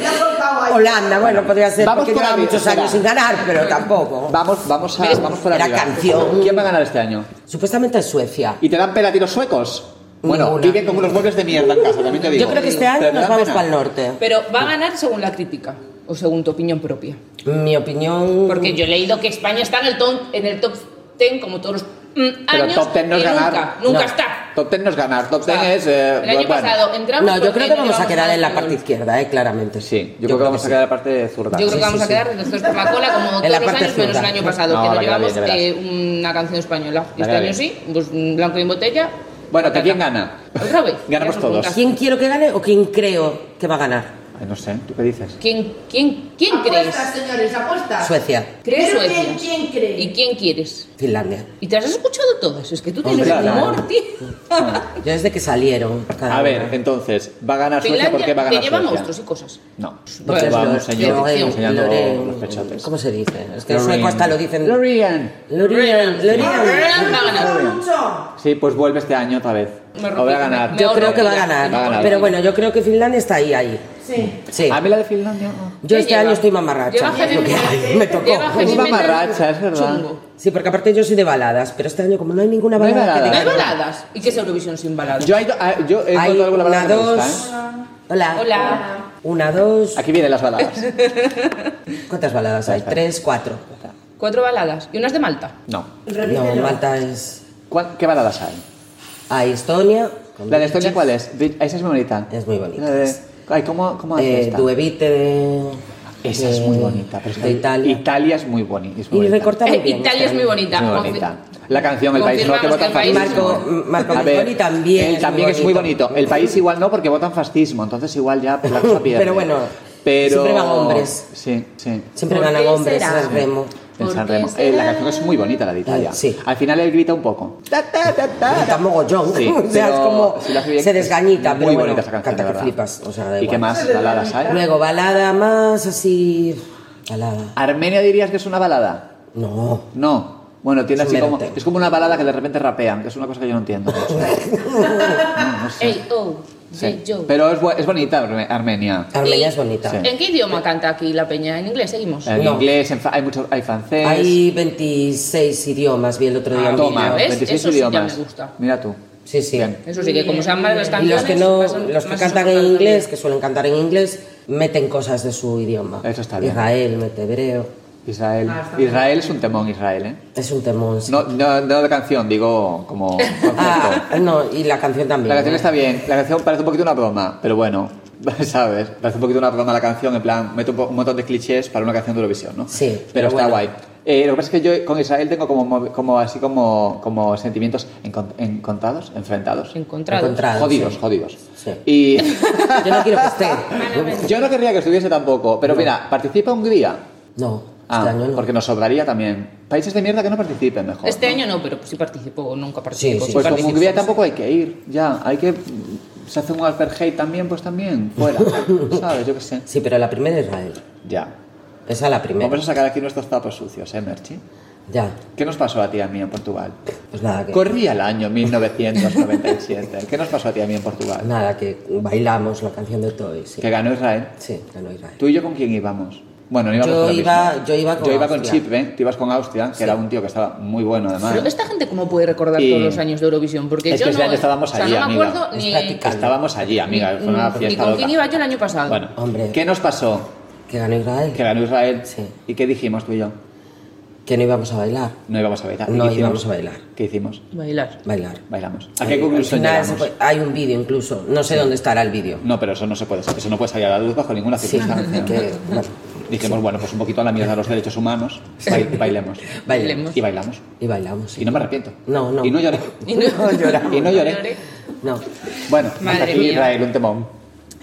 F: Holanda, bueno, podría ser
A: Vamos
F: porque
A: por
F: lleva
A: ahí,
F: muchos
A: espera.
F: años sin ganar, pero tampoco.
A: Vamos, vamos, a, vamos por
F: Era
A: arriba.
F: canción.
A: ¿Quién va a ganar este año?
F: Supuestamente es Suecia.
A: ¿Y te dan pena a ti los suecos? Bueno,
F: Ninguna.
A: viven como unos muebles de mierda en casa, también te digo.
F: Yo creo que este
A: Pero
F: año
A: te
F: nos
A: dan
F: vamos
A: pena.
F: para el norte.
B: Pero va a ganar según la crítica o según tu opinión propia.
F: Mi opinión.
B: Porque yo he leído que España está en el, ton- en el top 10 como todos los mm,
A: Pero
B: años.
A: top ten no es
B: y
A: ganar.
B: Nunca, nunca
A: No.
B: está.
A: Top ten no es ganar, top
B: O sea,
F: Ah.
A: ten es. eh,
B: el año
A: bueno.
B: pasado entramos.
F: No, yo
B: top
F: creo
B: 10
F: que
B: y
F: vamos a quedar en la parte
B: ganando.
F: izquierda, eh, claramente.
A: Sí, yo, creo que vamos a
F: sí.
A: quedar en la parte de zurda.
B: Yo creo que vamos a
F: sí.
B: quedar entonces por la cola como
F: En
B: todos los
F: la parte
B: años menos el
F: zurda.
B: año pasado,
A: No,
B: que
A: la
B: no
A: queda
B: llevamos
A: bien, de
B: eh, una canción española.
A: La
B: Este
A: queda
B: año
A: bien.
B: sí, pues mm, blanco y en botella.
A: Bueno, ¿que
B: patata.
A: quién gana?
B: ¿Otra vez?
A: Ganamos
B: Ya nos
A: todos.
B: juntas. ¿Quién,
F: ¿Quién quiero que gane o quién creo que va a ganar?
A: Ay, no sé, ¿tú qué dices?
B: quién, quién, crees?
C: Apuestas, señores, apuestas.
F: Suecia,
B: ¿Crees
C: Pero
B: Suecia?
C: ¿quién- quién cree?
B: ¿Y quién quieres?
F: Finlandia.
B: Y te las has escuchado todas. Es que tú tienes
A: Hombre,
B: humor,
A: claro.
B: tío.
F: Yo desde que salieron. cada
A: A
F: una.
A: ver, entonces, ¿va a ganar Suecia? ¿Por qué va a
B: te
A: ganar
B: lleva
A: Suecia?
B: monstruos y cosas.
A: No,
F: Porque
A: porque
F: es
A: va
F: lo-
A: un señor
F: Loren-
A: enseñando
F: Loren-
A: los pechotes.
F: ¿Cómo se dice? Es que en sueco hasta lo dicen.
A: Lorien.
F: Lorien, Lorien.
B: Irlanda va a ganar.
C: Mucho.
A: Sí, pues vuelve este año otra vez.
B: Me
A: O va
B: repito,
A: a ganar.
B: me-
F: Yo creo que va a
B: Irlanda.
A: Va a
F: ganar.
A: ganar.
F: Pero bueno, yo creo que Finlandia está ahí, ahí.
C: Sí.
F: Sí.
A: A mí la de Finlandia. no.
F: Yo
B: ¿Qué
F: este
B: lleva?
F: año estoy
B: Lleva
F: mamarracha.
B: Jaime
F: Lo que
B: Mena-
F: hay, Me tocó.
B: lleva Jaime
A: Es
B: Mena
A: mamarracha, es verdad.
B: chungo.
F: Sí, porque aparte yo soy de baladas, pero este año como no hay ninguna
A: No hay
F: balada que
A: baladas.
B: No
F: diga-
B: hay baladas. ¿Y qué es Eurovisión sin baladas?
A: Yo, he ido- ah, yo he
F: Hay
A: encontrado alguna balada
F: una,
A: que me gusta,
F: dos...
A: ¿eh?
F: Hola.
B: Hola.
F: Una, dos...
A: Aquí vienen las baladas.
F: ¿Cuántas baladas hay? Tres, cuatro.
B: Cuatro baladas. Y unas de Malta.
A: No.
F: No, Malta es...
A: ¿Cuál- ¿Qué baladas hay?
F: Hay Estonia. con
A: ¿La de Estonia
F: Duchess.
A: cuál es? Di- Esa es muy bonita.
F: Es muy bonita.
A: La de- Ay, ¿cómo, cómo hace
F: Eh,
A: esta?
F: Duevite de...
A: Esa es
F: de-
A: muy bonita. Pero es
F: de
A: que
F: Italia.
A: Italia es muy, boni es muy
F: Y
A: bonita.
F: recortada
B: Eh, Italia es muy bonita.
A: Es muy
B: Confi-
A: bonita. La canción, el país, no,
B: Confirmamos
A: que votan
B: que el país-
A: fascismo.
F: Marco- Marco
A: A ver,
F: Bizzoni también
A: Él
F: es
A: también
F: muy
A: es muy
F: bonito.
A: bonito. El país igual no, porque votan fascismo. Entonces igual ya pues, la cosa pierde.
F: Pero bueno,
A: Pero...
F: siempre van hombres.
A: Sí, sí.
F: Siempre
B: ¿Por
F: ganan
B: qué
F: hombres,
B: será?
F: es remo.
A: En
B: ¿Por
A: San
B: qué
A: Remo. Eh, la canción es muy bonita, la de Italia.
F: Eh, sí.
A: Al final él grita un poco. Ta, ta, ta, ta, ta.
F: Está mogollón.
A: Sí,
F: o sea, es
A: pero
F: como...
A: si lo hace bien,
F: se
A: es
F: desgañita,
A: muy
F: pero bueno,
A: bonita esa canción,
F: canta
A: de
F: que
A: verdad.
F: flipas. O sea, da
A: ¿Y qué
F: igual.
A: más baladas hay?
F: Luego, balada más así... Balada.
A: ¿Armenia dirías que es una balada?
F: No.
A: No. Bueno, tiene
F: Es
A: así
F: un
A: como.
F: merengue.
A: Es como una balada que de repente rapean, que es una cosa que yo no entiendo. mucho. No, no sé.
B: Ey, oh,
A: Sí.
B: ey, yo.
A: Pero es, bu- es bonita Arme- Armenia.
F: Armenia es bonita.
A: Sí.
B: ¿En qué idioma canta aquí la peña? ¿En inglés? Seguimos.
A: En
F: No.
A: inglés, en fa- hay mucho, hay francés.
F: Hay 26 idiomas, vi el otro día.
B: Ah,
F: un
A: Toma,
F: vídeo.
B: ¿ves?
A: 26
B: Eso sí ya
A: idiomas.
B: me gusta.
A: Mira tú.
F: Sí, sí.
A: Bien.
B: Eso sí, que como sean más las
F: Y
B: canciones...
F: los que no,
B: pasan-
F: los que
B: más
F: cantan en
B: soportan.
F: inglés, que suelen cantar en inglés, meten cosas de su idioma.
A: Eso está bien.
F: Israel, mete hebreo.
A: Israel.
F: Ah,
A: Israel es un temón, Israel, ¿eh?
F: Es un temón. sí.
A: No, no, no de canción, digo como concepto.
F: Ah, no, y la canción también.
A: La canción
F: ¿eh?
A: está bien, la canción parece un poquito una broma, pero bueno, ¿sabes? Parece un poquito una broma la canción, en plan, meto un, po- un montón de clichés para una canción de Eurovisión, ¿no?
F: Sí,
A: Pero,
F: pero
A: está
F: bueno.
A: guay. Eh, lo que pasa es que yo con Israel tengo como, mov- como así como, como sentimientos encon- encontrados, enfrentados.
B: Encontrados.
F: Encontrados,
A: jodidos,
F: sí.
A: jodidos.
F: Sí.
A: Y
F: Yo no quiero que esté.
A: yo no querría que estuviese tampoco, pero mira, participa Hungría.
F: No,
A: Ah,
F: este año no.
A: porque nos sobraría también. Países de mierda que no participen mejor.
B: Este
A: ¿no?
B: año no, pero sí participó, nunca participó.
F: sí.
A: Pues como
F: Para decir
A: Hungría
F: solo
A: tampoco hay que ir, ya. Hay que. Se hace un apartheid también, pues también, fuera. ¿Sabes? Yo qué sé.
F: Sí, pero la primera Israel.
A: Ya.
F: Esa la primera.
A: Vamos a sacar aquí nuestros zapatos sucios, ¿eh, Merchi?
F: Ya,
A: ¿Qué nos pasó a ti y a mí en Portugal?
F: pues nada que...
A: Corría el año 1997. ¿Qué nos pasó a ti y a mí en Portugal?
F: Nada, que bailamos la canción de Toy, sí.
A: Que ganó Israel.
F: Sí, ganó Israel.
A: ¿Tú y yo con quién íbamos? Bueno, no íbamos
F: Yo
A: con lo
F: iba-
A: mismo.
F: yo iba con
A: Yo iba con
F: Austria.
A: Chip, ¿eh? Tú ibas con Austria, que era un tío que estaba muy bueno además.
B: Pero esta gente cómo puede recordar
A: Y-
B: todos los años de Eurovisión, porque
A: Es
B: yo
A: que
B: no,
A: ese año estábamos
B: o sea,
A: allí,
B: no me
A: amiga.
B: acuerdo
F: Es
B: ni,
F: práctica.
A: Estábamos allí, amiga. Fue
F: Mm,
A: una
B: ni
A: fiesta
B: con
A: loca.
B: quién iba yo el año pasado.
A: Bueno,
F: Hombre.
A: ¿qué nos pasó?
F: Que ganó Israel.
A: Que ganó Israel.
F: Sí.
A: ¿Y qué dijimos tú y yo?
F: Que no íbamos a bailar.
A: No íbamos a bailar. ¿Y
F: No
A: qué hicimos?
F: íbamos a bailar.
A: ¿Qué hicimos?
B: Bailar.
F: Bailar.
A: Bailamos. ¿A qué
F: Al
A: conclusión
F: final se
A: llegamos?
F: fue- Hay un vídeo incluso. No sé dónde estará el vídeo.
A: No, pero eso no se puede, eso no puede salir a la luz bajo ninguna
F: Sí,
A: circunstancia.
F: que...
A: Dijimos, bueno, pues un poquito a la mierda de los derechos humanos, bail- bailemos.
F: Bailemos.
A: Y bailamos.
F: Y bailamos, sí.
A: Y no me arrepiento.
F: No, no.
A: Y no lloré.
B: Y no,
A: Y no lloré.
F: No.
A: Bueno, hasta
B: Madre
A: aquí
B: mía.
A: Israel, un temón.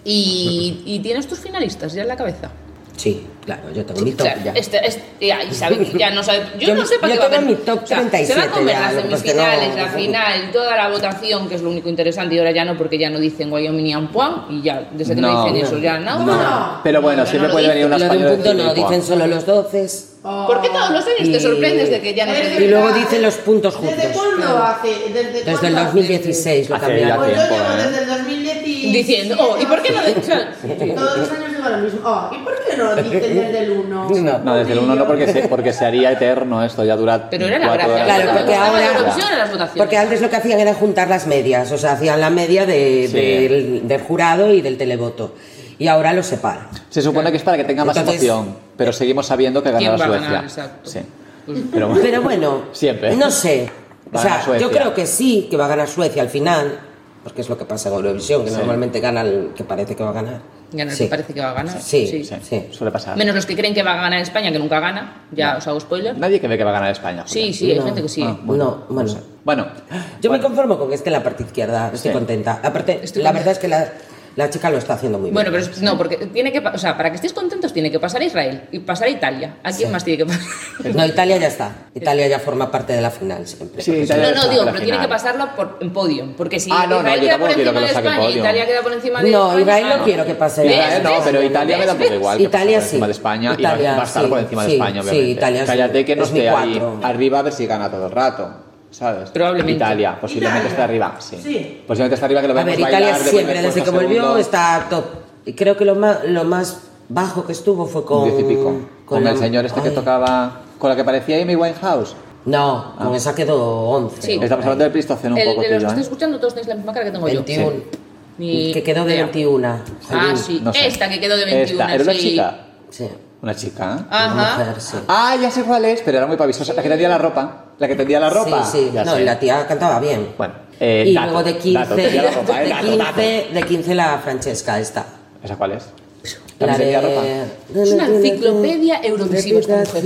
B: Y, y tienes tus finalistas ya en la cabeza.
F: Sí, claro, yo tengo mi top
B: Claro,
F: ya.
B: este- este- ya, y sabe- ya no sabe- yo,
F: Yo-
B: no sé para qué
F: yo
B: va a
F: tengo
B: haber-
F: mi top
B: o sea, Se va
F: 37
B: a comer
F: ya,
B: las
F: lo que pasa es que
B: semifinales,
F: no- pues,
B: la final, toda la votación, que es lo único interesante, y ahora ya no, porque ya no dicen Wyoming y Ampuán, y ya, desde que no,
A: No.
B: dicen eso, ya no.
C: No.
A: Pero bueno, siempre
B: no
A: puede
B: lo
A: venir una
F: Lo de
A: española
F: un punto
A: y
F: no,
A: decir,
F: dicen
A: "Buah".
F: solo los doces.
B: ¿Por qué todos los años
F: Y-
B: te sorprendes de que ya no se
C: Es
F: Y
B: dice?
F: luego dicen los puntos
C: ¿Desde
F: juntos.
C: cuándo hace? ¿Desde,
F: Desde el
C: cuándo hace?
F: 2016 lo
A: Hace
F: cambiaron.
C: Pues yo
A: Tiempo,
C: llevo
A: ¿eh?
C: desde el 2016.
B: Diciendo, oh, ¿y por qué no de- o sea,
C: Todos los años digo lo mismo. Oh, ¿y por qué no dicen desde el Oh, 1?
F: No.
A: No, desde el 1 no, porque se, porque se haría eterno esto, ya dura
B: Pero era la
A: cuatro
B: gracia,
A: horas.
F: Claro,
B: Cuando
F: porque
B: estaba
F: ahora.
B: la Eurovisión eran las votaciones.
F: Porque antes lo que hacían era juntar las medias, o sea, hacían la media de-
A: Sí.
F: del, del jurado y del televoto. Y ahora lo separan.
A: Se supone que es para que tenga más
F: Entonces-
A: emoción, pero seguimos sabiendo que ganará
B: ¿Quién va a
A: Suecia.
B: ganar? Exacto. Pues-
A: Sí. Pero bueno.
F: Pero bueno,
A: Siempre.
F: No sé.
A: Va
F: O
A: a
F: sea,
A: ganar Suecia.
F: yo creo que sí, que va a ganar Suecia al final, porque es lo que pasa en Eurovisión, que
A: Sí.
F: normalmente gana el que parece que va a ganar.
B: Gana el
F: Sí.
B: que parece que va a ganar.
F: Sí,
B: Sí.
A: Sí,
F: sí.
A: suele pasar.
B: Menos los que creen que va a ganar España, que nunca gana, ya os hago spoiler.
A: Nadie que ve que va a ganar España.
B: Sí,
A: Julia.
B: sí, hay
F: No.
B: gente que sí.
A: Ah, bueno,
F: No, bueno.
A: sé. Bueno,
F: Yo
A: bueno,
F: me conformo con que esté en la parte izquierda, estoy
A: Sí.
F: contenta. Aparte,
B: Estoy
F: la
B: contenta.
F: verdad es que la, la chica lo está haciendo muy
B: Bueno, pero
F: bien.
B: es- no, porque tiene que, pa- o sea, para que estéis contentos tiene que pasar a Israel y pasar a Italia. ¿A quién
F: Sí.
B: más tiene que pasar?
F: No, Italia ya está. Italia ya forma parte de la final siempre.
A: Sí,
F: Porque-
A: Italia-
B: No,
A: está
B: no, digo,
A: en la
B: pero tiene
A: final.
B: que pasarlo por, en podium, porque si
A: Ah, no, no,
B: Israel
A: yo
B: queda por
A: tampoco quiero
B: encima
A: que
B: de
A: lo saque en
B: España y
A: podium.
B: Italia queda por encima de
F: No,
B: España,
F: Israel
B: ah,
F: no quiero que pase.
B: ¿Ves?
A: Italia, eh, no,
B: ¿Ves?
A: pero Italia me da un poco igual. que
F: Italia
A: pase por
F: sí.
A: encima de España y va-
F: Italia
A: va a estar
F: sí,
A: por encima de
F: sí,
A: España,
F: sí,
A: obviamente.
F: Italia sí.
A: Cállate que no
F: Es mi
A: esté ahí
F: cuatro.
A: arriba a ver si gana todo el rato. ¿Sabes?
B: Probablemente.
A: Italia, posiblemente
C: Italia.
A: esté arriba. Sí.
C: Sí.
A: Posiblemente esté arriba que lo
F: A
A: vemos
F: ver, Italia
A: bailar de
F: siempre,
A: primer
F: desde
A: puesto
F: que
A: a
F: volvió,
A: segundo.
F: está top. Y creo que lo más, lo más bajo que estuvo fue con.
A: Diez y pico. Con,
F: la-
A: el señor este que
F: Ay.
A: tocaba. Con la que parecía Amy Winehouse.
F: No, con
A: Ah.
F: esa quedó 11.
B: Sí.
F: ¿no?
A: Estamos hablando del Pleistoceno un
B: El-
A: poco,
B: de
A: tú y
B: los que
A: yo,
B: estoy
A: ¿eh?
B: escuchando todos tenéis la misma cara que tengo yo.
F: 21.
B: Ni
F: Que quedó de
B: idea.
F: 21.
B: Ah,
F: Jolín.
B: sí,
A: ¿eh? No sé.
B: esta que quedó de 21.
A: Esta, era una
B: sí.
A: chica.
F: Sí.
A: Una chica.
B: Ajá.
F: Mujer, sí.
A: Ah, ya sé cuál es, pero era muy pavisosa. La que tendía la ropa. La que tendía la ropa.
F: Sí, sí.
A: Ya
F: No,
A: sé.
F: y la tía cantaba bien.
A: Bueno, eh,
F: y
A: dato,
F: luego de 15,
A: dato, tendía la ropa, eh,
F: de,
A: dato,
F: 15
A: dato.
F: de 15 la Francesca esta.
A: ¿Esa cuál es?
F: La
A: ¿También tendía ropa?
F: de...
B: Es una enciclopedia eurovisiva esta mujer.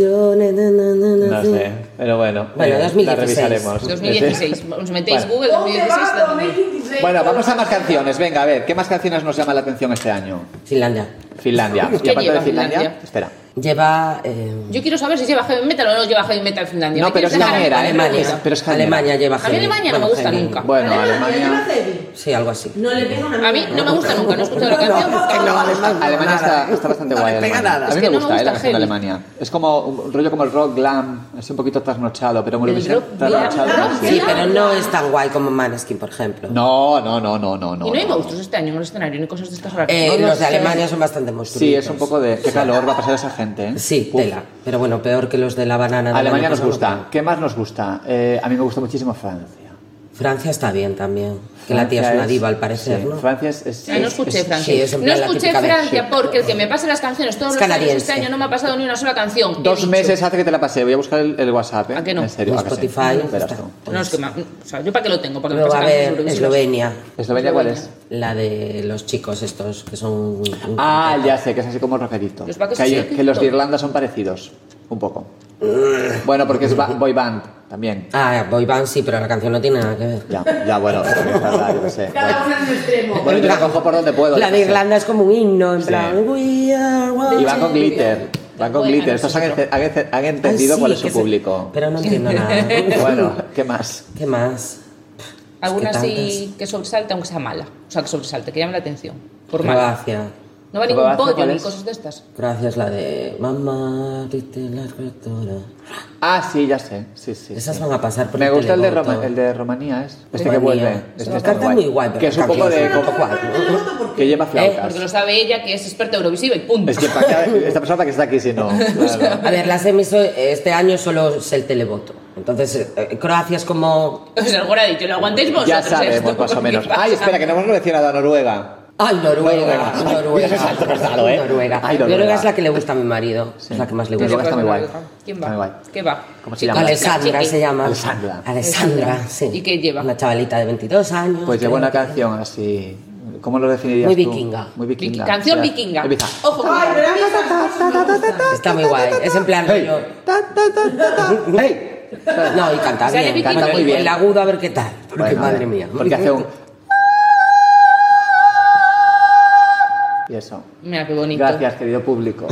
A: No sé, pero bueno.
F: Bueno,
A: eh, La
F: 2016.
A: revisaremos.
B: 2016. Os metéis
A: Bueno.
B: Google 2016. la tenéis.
A: Bueno, vamos a más canciones. Venga, a ver, ¿qué más canciones nos llama la atención este año?
F: Finlandia.
A: Finlandia. Y aparte de
B: lleva
A: Finlandia,
B: Finlandia?
A: espera.
F: Lleva. eh,
B: Yo quiero saber si lleva heavy metal o no lleva heavy metal Finlandia.
A: No,
B: Me
A: pero es
B: quiero dejar
A: llanera,
B: en
A: ¿eh?
B: Finlandia.
F: Alemania.
A: pero es que
F: Alemania lleva
B: A mí Alemania no me gusta
F: heavy.
B: nunca.
A: Bueno,
C: Alemania.
A: Alemania.
C: heavy.
F: Sí, algo así.
C: No le pega una
B: A mí no me gusta nunca, no he escuchado la canción.
A: Alemania está, está bastante
F: No
A: guay.
F: le pega
A: Alemania.
F: nada.
A: A mí
B: Es que
A: me
B: no
A: gusta,
B: me
A: eh, la
B: gusta
A: canción de
B: heavy.
A: Alemania. Es como un rollo como el rock glam, así un poquito trasnochado, pero muy
B: El
A: bien
B: rock glam.
A: trasnochado.
B: Rock
A: sí.
F: Sí, pero no es tan guay como Maneskin, por ejemplo.
A: No, no, no, no, no.
B: Y no hay monstruos este año en el escenario, ni cosas de estas raras.
F: Eh,
B: No lo
F: los de
B: sé.
F: Alemania son bastante monstruosos.
A: Sí, es un poco de. Qué calor va a pasar esa gente, ¿eh?
F: Sí,
A: Uf.
F: tela. Pero bueno, peor que los de la banana. del
A: Alemania
F: año
A: nos
F: pasado.
A: gusta. ¿Qué más nos gusta? Eh, a mí me gusta muchísimo Francia.
F: Francia está bien también. Que la tía es
A: Francia
F: una diva, al parecer,
A: sí,
F: ¿no?
A: Francia es. es-
B: Ah, no
A: es-
B: escuché
A: es-
B: Francia.
F: sí, es en
B: no
F: plan la
B: escuché
F: típica de
B: Francia
F: shit.
B: porque el que me pasa las canciones todos
F: Es
B: los años
F: canadiense.
B: este año no me ha pasado ni una sola canción. He
A: Dos
B: dicho,
A: meses hace que te la pasé. Voy a buscar el, el WhatsApp. ¿eh?
B: ¿A que no?
A: En serio,
F: En
A: ¿a que sí?
F: Spotify,
A: Verás
F: está.
A: tú.
B: No, es que me, o sea, yo para qué lo tengo, para que me
F: Luego
B: pase
F: a
B: canciones
F: ver,
B: eurovisivas.
F: Eslovenia.
A: ¿Eslovenia cuál es?
F: La de los chicos estos que son. un-
A: Ah, ya sé, que es así como rockerito.
B: Los vacos
A: que, hay-
B: rockerito.
A: que los de Irlanda son parecidos, un poco. bueno, porque es ba- boy band también.
F: Ah, Boy Band sí, pero la canción no tiene nada que ver.
A: Ya, ya, bueno, es verdad, yo qué sé.
C: Cada
A: Bueno,
C: una en un extremo.
A: Bueno, yo la cojo por donde puedo.
F: La
A: yo
F: de
A: qué sé.
F: Irlanda es como un himno, en
A: Sí.
F: plan. "We are one".
A: Y van con glitter, van con
B: Bueno,
A: glitter. Estos han, ente- han ente- han entendido
F: Ah, sí,
A: cuál es su
F: que se-
A: público.
F: Pero no entiendo nada.
A: Bueno, ¿qué más?
F: ¿Qué más?
B: Alguna
F: Es que
B: sí que sobresalte, aunque sea mala. O sea, que sobresalte, que llame la atención. Por mala.
F: Croacia.
B: No va ningún
A: Croacia,
B: pollo
A: ¿cuál
B: ni
A: es?
B: cosas de estas.
F: Croacia es la de. Mamá, dite la criatura.
A: Ah, sí, ya sé. Sí, sí.
F: Esas
A: sí.
F: van a pasar por
A: Me
F: el
A: gusta el de,
F: televoto.
A: Roma- el de Rumanía, es. Este que
F: Rumanía.
A: vuelve. Este
F: Pero
A: está
F: canta muy guay, pero
A: Que es un
F: canta
A: poco
F: bien.
A: de.
F: Pero no
A: como-
F: canta
A: Que lleva flautas.
B: Porque lo sabe ella que es experta eurovisiva y punto.
A: Es que para cada- esta persona para que está aquí, si no. claro.
F: A ver, las semis eh, este año solo es el televoto. Entonces, eh, Croacia es como.
B: O sea, ahora ha dicho, lo aguantéis vosotros.
A: Ya
B: ¿eh? esto?
A: sabemos, más o menos.
B: ¿Qué pasa?
A: Ay, espera, que no hemos mencionado a Noruega.
F: ¡Ay, Noruega!
A: Noruega.
F: Noruega.
A: Eso es alto pensado, ¿eh?
F: Noruega.
A: Ay, Noruega.
F: es la que le gusta a mi marido. Es la que más le
A: Noruega
F: gusta.
A: está muy guay.
B: ¿Quién
A: Está muy guay.
B: va? ¿Qué va?
A: ¿Cómo se
B: Sí,
A: llama?
F: Alessandra se llama.
A: Alessandra.
F: Alessandra, sí.
B: ¿Y qué lleva?
F: Una chavalita de 22 años.
A: Pues lleva una
F: creo.
A: canción así. ¿Cómo lo definirías
F: Muy
A: tú?
F: vikinga.
A: Muy
B: Viking-
A: vikinga.
B: Canción
A: Ya.
B: vikinga.
A: Empieza.
B: Ojo,
C: Ay, pero a mí esas cosas no me gustan.
F: Está muy guay. Es en plan.
A: Hey.
F: rollo-
A: Ta, ta, ta, ta, ta. Hey.
F: No, y canta
B: Sale
F: bien.
B: Vicky
F: Canta
B: muy
F: muy bien.
B: bien.
F: El agudo, a ver qué tal. Porque,
A: Bueno,
F: madre
A: vale.
F: mía.
A: Porque hace un... Y eso.
B: mira qué bonito.
A: Gracias, querido público.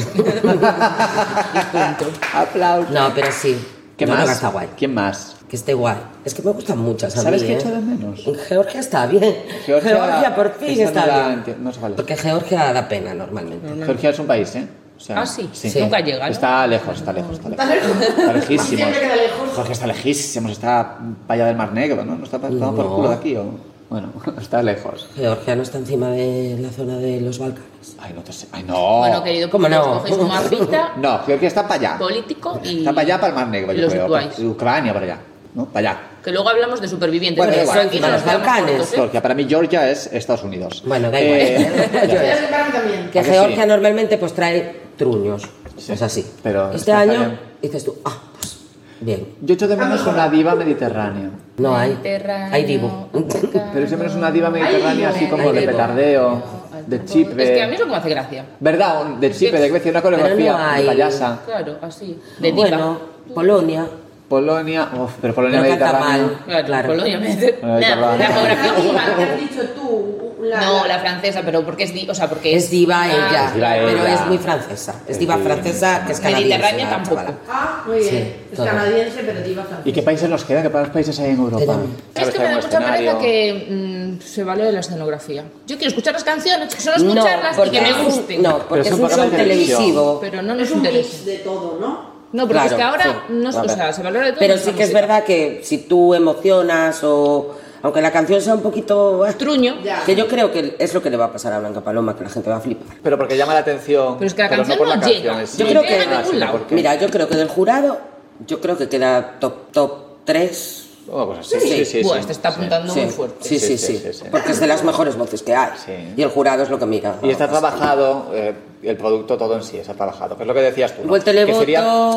A: Aplausos.
F: No, pero sí.
A: ¿Qué
F: Yo creo
A: más?
F: que está guay.
A: ¿Quién más?
F: Que esté guay. Es que me gustan muchas. A
A: ¿Sabes
F: mí,
A: qué
F: eh?
A: echo de menos?
F: Georgia está bien.
A: Georgia-
F: Georgia, por fin
A: esa
F: está
A: no la
F: bien.
A: enti- no sé cuál es.
F: Porque Georgia da pena normalmente.
A: Georgia es un país, ¿eh? O sea,
B: Ah, sí. Nunca llega, ¿no?
A: Está lejos, está lejos, está lejos. Está lejísimo.
C: Siempre queda lejos.
A: Georgia está lejísimos, está para allá del Mar Negro, ¿no? No está pa- toma por
F: No.
A: culo de aquí, ¿o? Bueno, está lejos.
F: Georgia no está encima de la zona de los Balcanes.
A: Ay, no te sé. Ay, no.
B: Bueno, querido,
F: ¿Cómo no?
B: pues Cogéis un mapita
A: No, Georgia está para allá.
B: político y.
A: Está para allá, para el Mar Negro,
B: y
A: yo
B: los
A: creo.
B: situáis.
A: Ucrania, para allá. ¿No? Para allá.
B: Que luego hablamos de supervivientes.
A: Bueno,
B: pero
A: da
B: eso
A: igual,
B: aquí
A: encima
B: no
A: los
B: nos quedamos
F: Balcanes.
B: cortos, ¿eh?
A: Georgia, para mí Georgia es Estados Unidos.
F: Bueno, da igual.
A: Eh,
F: Georgia.
C: Pero para mí también.
F: Que
A: ¿A que
F: Georgia
A: sí?
F: normalmente pues trae truños.
A: Sí,
F: Es así.
A: pero
F: este
A: está
F: año
A: bien.
F: dices tú, ah, pues bien.
A: yo echo de menos una diva mediterránea.
F: No hay.
B: Mediterráneo,
F: Hay divo.
A: Pero echo de menos una diva mediterránea así como
F: Ay,
A: de
F: divo.
A: petardeo, de chip,
B: Es que a mí es lo que me hace gracia.
A: ¿Verdad? Un- De Chipre, de Grecia, una
F: Pero no
A: coreografía
F: hay-
A: de payasa.
B: Claro, así. De diva.
F: bueno, Polonia.
A: Polonia, uf, pero Polonia
F: Pero canta
A: mediterránea.
F: mal.
B: Claro,
F: Claro.
B: Polonia me-
A: Ay,
B: Nada,
A: perdón.
B: la geografía
C: La diva que
B: diva.
C: has dicho tú. La,
B: No, la francesa, pero porque es di- o sea, porque
F: Es diva ella,
A: es diva
F: pero
A: ella.
F: es muy francesa. Es diva
A: Sí.
F: francesa que es canadiense.
B: Mediterránea
F: la
B: tampoco.
F: chavala.
C: Ah, muy bien.
F: Sí,
C: es
F: todo.
C: canadiense, pero diva francesa.
A: ¿Y qué países nos quedan? ¿Qué países hay en
F: Te
A: Europa?
F: llamo.
B: Es
A: ¿Sabes?
B: que me
A: Hay
B: da
A: un
B: mucha pereza
A: escenario.
B: que mm, se vale de la escenografía. Yo quiero escuchar las canciones, que solo
F: No,
B: escucharlas y
F: porque
B: que me
F: es un-
B: gusten.
F: No,
A: Pero
F: porque
A: es
F: es
A: un
F: un
A: programa
F: show
A: de televisión.
F: televisivo.
B: Pero no
C: Es
B: nos
C: un mix
B: interesa.
C: de todo, ¿no?
B: No, porque
A: Claro,
B: es que ahora
A: sí.
B: no, o
A: Vale.
B: sea, se valora de todo.
F: Pero
B: menos
F: sí
B: la
F: que es
B: música.
F: verdad que si tú emocionas o. Aunque la canción sea un poquito. eh,
B: Truño.
C: Ya.
F: Que yo creo que es lo que le va a pasar a Blanca Paloma, que la gente va a flipar.
A: Pero porque llama la atención.
B: Pero es que la canción
A: por
B: no llega.
A: en sí.
F: Yo creo que-
A: Ah,
B: ningún
A: sino
B: lado.
A: porque-
F: Mira, yo creo que del jurado, yo creo que queda top, top 3.
A: Una cosa Oh, pues así. Sí, sí, sí.
B: Buah,
A: sí.
B: este está apuntando
F: sí,
B: muy fuerte.
F: Sí sí sí, Porque es de las mejores voces que hay.
A: Sí.
F: Y el jurado es lo que mira.
A: Y está
F: Vamos.
A: trabajado, eh, el producto todo en sí está trabajado, que es lo que decías tú. ¿no?
F: Igual
A: que
F: televoto.
A: sería-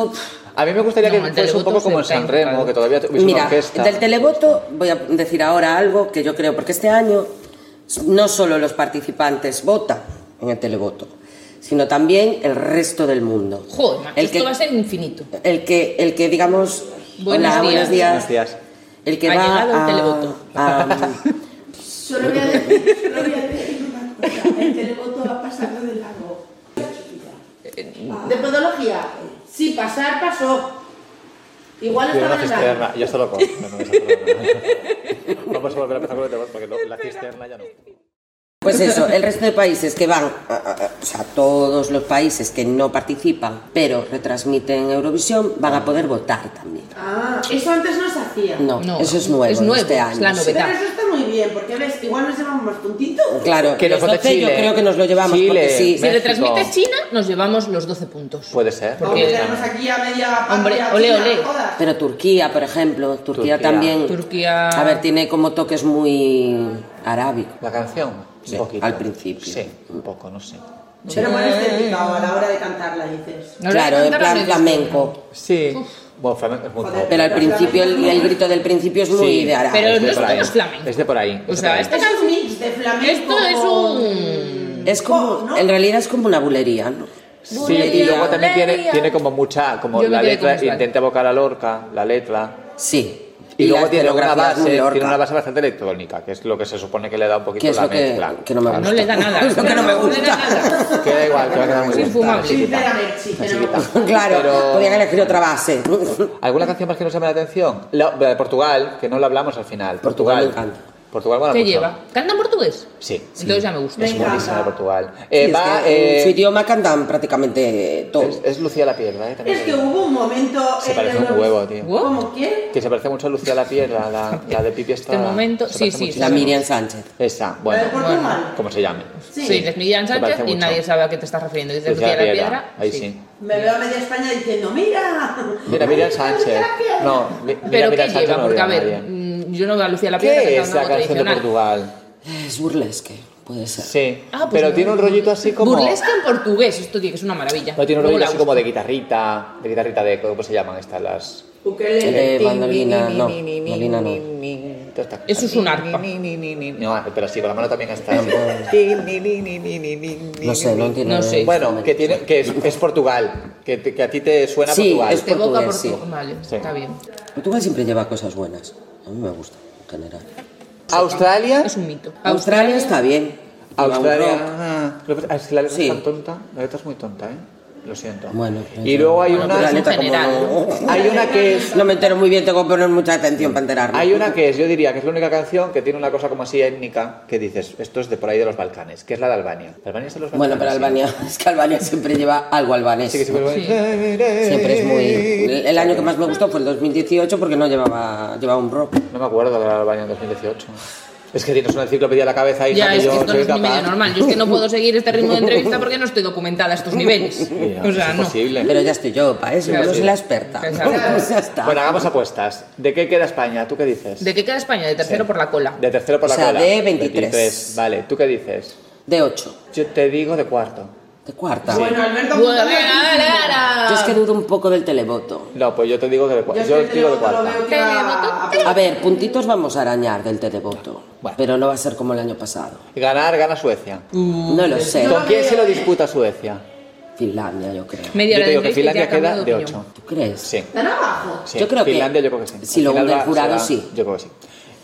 A: A mí me gustaría
B: No,
A: que
B: el
A: fuese un
B: televoto
A: poco como en
B: se
A: San
B: está
A: Remo, que todavía hubiese una
F: Mira,
A: orquesta.
F: del televoto voy a decir ahora algo que yo creo, porque este año no solo los participantes votan en el televoto, sino también el resto del mundo.
B: Joder, macho,
F: el que,
B: esto va a ser infinito.
F: el que, el que digamos,
B: Buenos
F: hola,
B: días.
F: buenos días,
A: Buenos días.
F: el que
B: Ha
F: va
B: llegado el
F: a-
B: televoto.
F: a-
C: Solo voy a decir, solo voy a decir una cosa. El televoto va pasando del lago. De podología. pasar, pasó. Igual
A: Yo
C: estaba
A: una
C: en la...
A: cisterna, yo esto lo compro. no me desacuerdo. Vamos a volver a empezar con el tema porque no, la cisterna ya no.
F: Pues eso, el resto de países que van, a- a- a- o sea, todos los países que no participan, pero retransmiten Eurovisión, van a poder votar también.
C: Ah, eso antes no se hacía.
F: No,
B: No,
F: eso es nuevo,
B: es nuevo,
F: este
B: es
F: año.
B: la
F: sí.
B: novedad.
C: Pero eso está muy bien, porque ves, igual nos llevamos más puntitos.
F: Claro,
A: Que nos
F: los
A: vote
F: 12 yo
A: Chile.
F: creo que nos lo llevamos
A: Chile,
F: porque sí.
B: Si le
A: México.
B: transmite China, nos llevamos los 12 puntos.
A: Puede ser.
C: Porque tenemos aquí a media
B: Hombre,
C: patria
B: ole,
C: china,
B: ole.
C: jodas.
F: Pero Turquía, por ejemplo, Turquía,
A: Turquía.
F: también.
B: Turquía-
F: A ver, tiene como toques muy arábicos.
A: La canción,
F: Sí,
A: un poquito.
F: al principio.
A: Sí, un poco, no sé.
C: Pero bueno, es delicado a la hora de cantarla, dices.
B: No le
F: claro,
B: voy a
F: en
B: cantar la
F: plan
B: media.
F: flamenco.
A: Sí. Bueno, flamenco es muy
C: Joder,
A: pop.
F: Pero al principio el, el grito del principio es muy
A: Sí.
F: de árabe.
B: Pero
A: de
B: no es,
A: por ahí.
B: todo es flamenco.
A: Es de por ahí. es
B: O
A: de
B: sea,
A: por ahí.
B: este
C: Es un mix de flamenco.
B: Esto es un-
F: Es como,
C: Pop, ¿no?
F: en realidad es como una bulería, ¿no?
A: Sí, y luego también tiene, tiene como mucha, como
B: Yo me
A: la
B: quedé
A: letra,
B: con Bisbal.
A: intenta evocar a Lorca, la letra.
F: Sí.
A: Y, luego
F: las
A: tiene una,
F: coreografías
A: base,
F: muy lorca,
A: tiene una base bastante electrónica, que es lo que se supone que le da un poquito
F: que es
A: la
F: lo que,
A: mezcla.
F: que no me gusta.
B: No le da nada.
F: Es lo que no me gusta.
A: Que da igual, que va a quedar muy
B: Es
A: bien.
B: infumable.
A: Está chiquita,
C: Sinceramente, sí,
A: está
C: pero no.
A: chiquita.
F: claro,
A: Pero-
F: podían elegir otra base.
A: ¿Alguna canción más que nos llame la atención? La, la de Portugal, que no la hablamos al final.
F: Portugal
A: Portugal,
F: me encanta.
A: Portugal mola
B: ¿Qué
A: mucho.
B: lleva? ¿Canta en portugués?
A: Sí.
B: Entonces ya me gusta.
A: Es buenísima de Portugal. Eh,
F: Sí, es
A: va,
F: que
A: eh,
F: en su idioma cantan prácticamente todo.
A: es, es Lucía la Piedra, ¿eh? También
C: Es
A: te
C: que
A: digo.
C: hubo un momento.
A: Se
C: en
A: parece un
C: Eurovis-
A: huevo, tío.
B: Wow.
C: ¿Cómo quién?
A: Que se parece mucho a Lucía la Piedra, la, la de Pipi está...
B: Este momento,
A: se
B: sí,
A: parece
B: sí,
A: muchísimo.
F: La Miriam Sánchez.
A: Esa,
C: ¿La de
A: bueno,
C: Portugal?
A: como se llame.
B: Sí,
C: Sí.
B: es Miguel
A: Se
B: Sánchez
A: parece
B: y
A: mucho. Pues
B: nadie sabe a qué te estás refiriendo. Dices Lucía la piedra.
A: ahí sí.
C: Me veo a media España diciendo: ¡Mira!
A: Mira, Miriam Sánchez. No, mi- mira,
B: Pero ¿qué
A: Miriam Sánchez
B: lleva?
A: no
B: Porque a
A: la odia
B: ver,
A: a nadie.
B: mm, yo no veo a Lucía la piedra
A: ¿Qué es
B: cantando
A: la
B: algo
A: canción de
B: tradicional.
A: Portugal?
F: Es burlesque, puede ser.
A: Sí,
B: Ah, pues
A: pero
B: no.
A: tiene un rollito así como...
B: Burlesque en portugués, esto tiene que es una maravilla.
A: No, tiene un
B: Luego
A: rollito
B: la
A: así
B: busco.
A: como de guitarrita, de guitarrita de... ¿Cómo se llaman estas? Las...
C: Ukelele.
A: Eh,
F: De bandolina, no. Bandolina no.
A: todas estas-
B: Eso es un arpa.
A: No, pero sí, con la mano también está...
F: No sé, no entiendo.
B: No sé.
A: Bueno, que, tiene, que es, es Portugal, que, te- que a ti te suena
F: Sí,
A: Portugal.
F: es
B: De boca
F: portugués, sí.
B: portugués. Vale,
A: Sí.
B: está bien.
F: Portugal siempre lleva cosas buenas. A mí me gusta, en general.
A: Australia.
B: Es un mito.
F: Australia está bien. Lleva un rock.
A: Australia. Ah, Lo que pasa es que la letra
F: Sí.
A: es tan tonta. La letra es muy tonta, ¿eh? Lo siento.
F: Bueno,
A: y luego hay
B: Bueno,
A: una.
B: pero
F: La letra
B: en
F: como
B: general,
F: no-
A: Hay una que es.
F: No me entero muy bien, tengo que poner mucha atención para enterarme.
A: Hay una que es, yo diría que es la única canción que tiene una cosa como así étnica que dices, esto es de por ahí de los Balcanes, que es la de Albania. ¿Albania es de los Balcanes?
F: Bueno, pero
A: Sí.
F: Albania, es que Albania siempre lleva algo albanés.
A: Sí, que siempre,
F: Siempre es muy... El año que más me gustó fue el 2018 porque no llevaba, llevaba un rock.
A: No me acuerdo de la Albania en 2018. Es que tienes una enciclopedia en la cabeza y
B: Ya, es
A: yo
B: que esto no
A: soy
B: es ni medio
A: capaz.
B: normal. Yo es que no puedo seguir este ritmo de entrevista porque no estoy documentada a estos niveles.
A: Ya,
B: O sea,
A: es
B: no.
A: imposible.
F: Pero ya estoy yo para eso,
B: Claro,
F: yo no
B: sí.
F: soy la experta.
B: Exacto.
F: ya está.
A: Bueno, hagamos apuestas. ¿De qué queda España? ¿Tú qué dices?
B: ¿De qué queda España? De tercero
A: Sí.
B: por la cola.
A: De tercero por
F: O
A: la
F: sea,
A: cola.
F: de 23.
A: Vale, ¿tú qué dices?
F: De 8,
A: Yo te digo de cuarto.
F: de cuarta.
C: Bueno, Alberto
B: Bueno,
C: apunta
B: venga,
C: bien.
B: dale, dale.
F: Yo es que dudo un poco del televoto.
A: No, pues yo te digo de cuarto.
C: Yo,
A: Yo,
C: es que
A: digo de
C: te lo
A: cuarta.
C: veo que va a-
F: A ver, puntitos vamos a arañar del televoto,
A: Bueno.
F: pero no va a ser como el año pasado.
A: Ganar, gana Suecia.
F: No lo sé.
A: ¿Con quién se lo disputa Suecia?
F: Finlandia, yo creo.
A: yo
B: Media hora
A: te
B: de
A: digo que
B: entrevista y ya
A: Finlandia
B: ha cambiado
A: queda
B: de
A: de
B: opinión.
A: 8.
F: ¿Tú crees?
A: Sí.
C: Tan abajo.
A: sí.
F: Yo creo que-
A: Finlandia, yo creo que sí.
F: si lo
A: Al final
F: hunde el
A: va-
F: jurado,
A: será-
F: sí.
A: Yo creo que sí.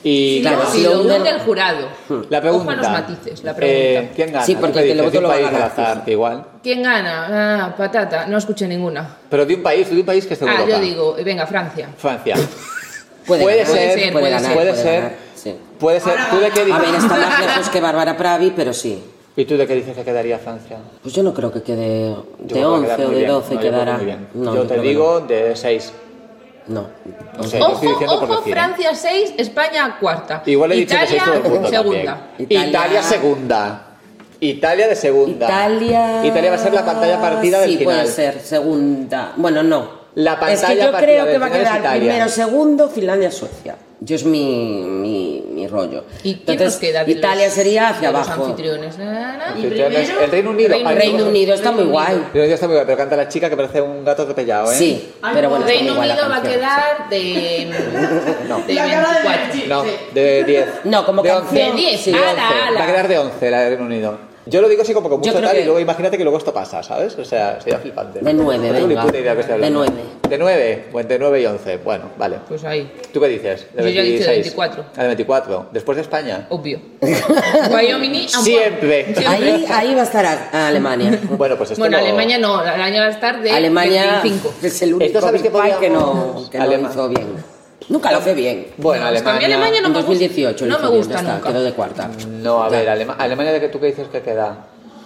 A: Y
F: Claro,
B: No,
F: si
B: si
F: lo
B: lo
F: hunde-
B: hunde el jurado.
A: Hmm.
F: Hmm.
A: la
B: Ojo
A: pregunta.
B: a los matices, la pregunta.
A: eh, ¿Quién gana?
F: Sí,
A: ¿Tú
F: porque
A: qué
F: el
A: dices?
F: televoto
A: De un
F: lo va a
A: país al
F: ganar
A: azar,
F: Suecia.
A: igual.
B: ¿Quién gana? Ah, patata. No escuché ninguna.
A: Pero de un país, de un país que es de
B: Ah,
A: Europa.
B: yo digo, eh, venga, Francia.
A: Francia.
F: Puede,
A: Puede
F: ganar,
A: ser,
F: puede,
B: puede
F: ganar,
B: ser.
A: Puede
F: puede
A: ser.
F: ganar, sí.
A: Puede ser. ¿Tú de qué
F: A
A: dices?
F: ver, está más lejos que Bárbara Pravi, pero sí.
A: ¿Y tú de qué dices que quedaría Francia?
F: Pues yo no creo que quede
A: Yo
F: de
A: creo que va a
F: 11
A: quedar
F: o
A: muy bien. No, yo creo que muy
F: de 12 quedará.
A: bien.
F: No,
A: yo te
F: creo que
A: digo de 6.
F: No.
A: No sé, lo estoy
B: Ojo,
A: diciendo por
B: ojo,
A: decir. ¿eh?
B: Francia 6, España cuarta.
A: Igual he dicho que
B: Italia,
A: 6 todo el mundo
B: segunda.
A: también. Italia...
F: Italia
A: segunda. Italia de segunda.
F: Italia.
A: Italia va a ser la pantalla partida del
F: Sí,
A: final.
F: puede ser, segunda. Bueno, no.
A: La
F: es que
A: pantalla
F: yo
A: partida
F: creo que
A: del
F: va a
A: final es
F: quedar
A: Italia.
F: primero, segundo, Finlandia, Suecia. Yo es mi, mi, mi rollo.
B: ¿Y quién
F: Entonces,
B: nos queda de
F: Italia
B: los-
F: sería hacia
B: de los
F: abajo.
B: anfitriones? Na, na, na.
A: Entonces, El Reino Unido.
B: Reino
A: Ay,
B: Unido.
F: Reino Unido está muy
B: Reino
F: guay.
A: Reino Unido está muy bien, pero canta la chica que parece un gato atropellado, ¿eh?
F: Sí, pero bueno, está
B: Reino
F: muy guay la
B: Unido va a
F: canción,
B: quedar de, de
C: La cara de
B: 24.
C: Merchi,
A: No,
C: sí.
A: de 10.
F: No, como
A: de
F: canción,
B: De 10,
A: de
B: ala,
A: 11.
B: ala.
A: Va a quedar de 11 la de Reino Unido. Yo lo digo así como con
F: Yo
A: mucho
F: creo
A: tal
F: que-
A: y luego imagínate que luego esto pasa, ¿sabes? O sea, sería flipante.
F: De nueve,
A: No tengo ni
F: venga.
A: puta idea de qué estoy
F: De
A: hablando.
F: nueve.
A: De nueve, bueno, de nueve y once. Bueno, vale.
B: Pues ahí.
A: ¿Tú qué dices?
B: Yo ya he dicho de
A: 26.
B: 24.
A: Ah, de 24. Después de España.
B: Obvio. Wyoming y Amor.
A: Siempre.
F: Ahí, ahí va a estar a- a Alemania.
A: Bueno, pues esto
B: Bueno,
A: lo-
B: Alemania no, Alemania va a estar de
F: Alemania
B: 25.
F: es el único
A: Esto sabes que
F: Big Bang que
A: podíamos-
F: no, que no
A: Alema-
F: hizo bien. Nunca lo hace bien.
A: Bueno,
B: Hasta a mí
A: Alemania.
B: Alemania no
F: en
B: me gusta.
F: 2018 lo
B: No
F: hizo
B: me
F: bien,
B: gusta
F: ya está,
B: nunca.
F: quedó de cuarta.
A: No, a
F: Ya.
A: ver, Alema- Alemania de que tú qué dices que queda.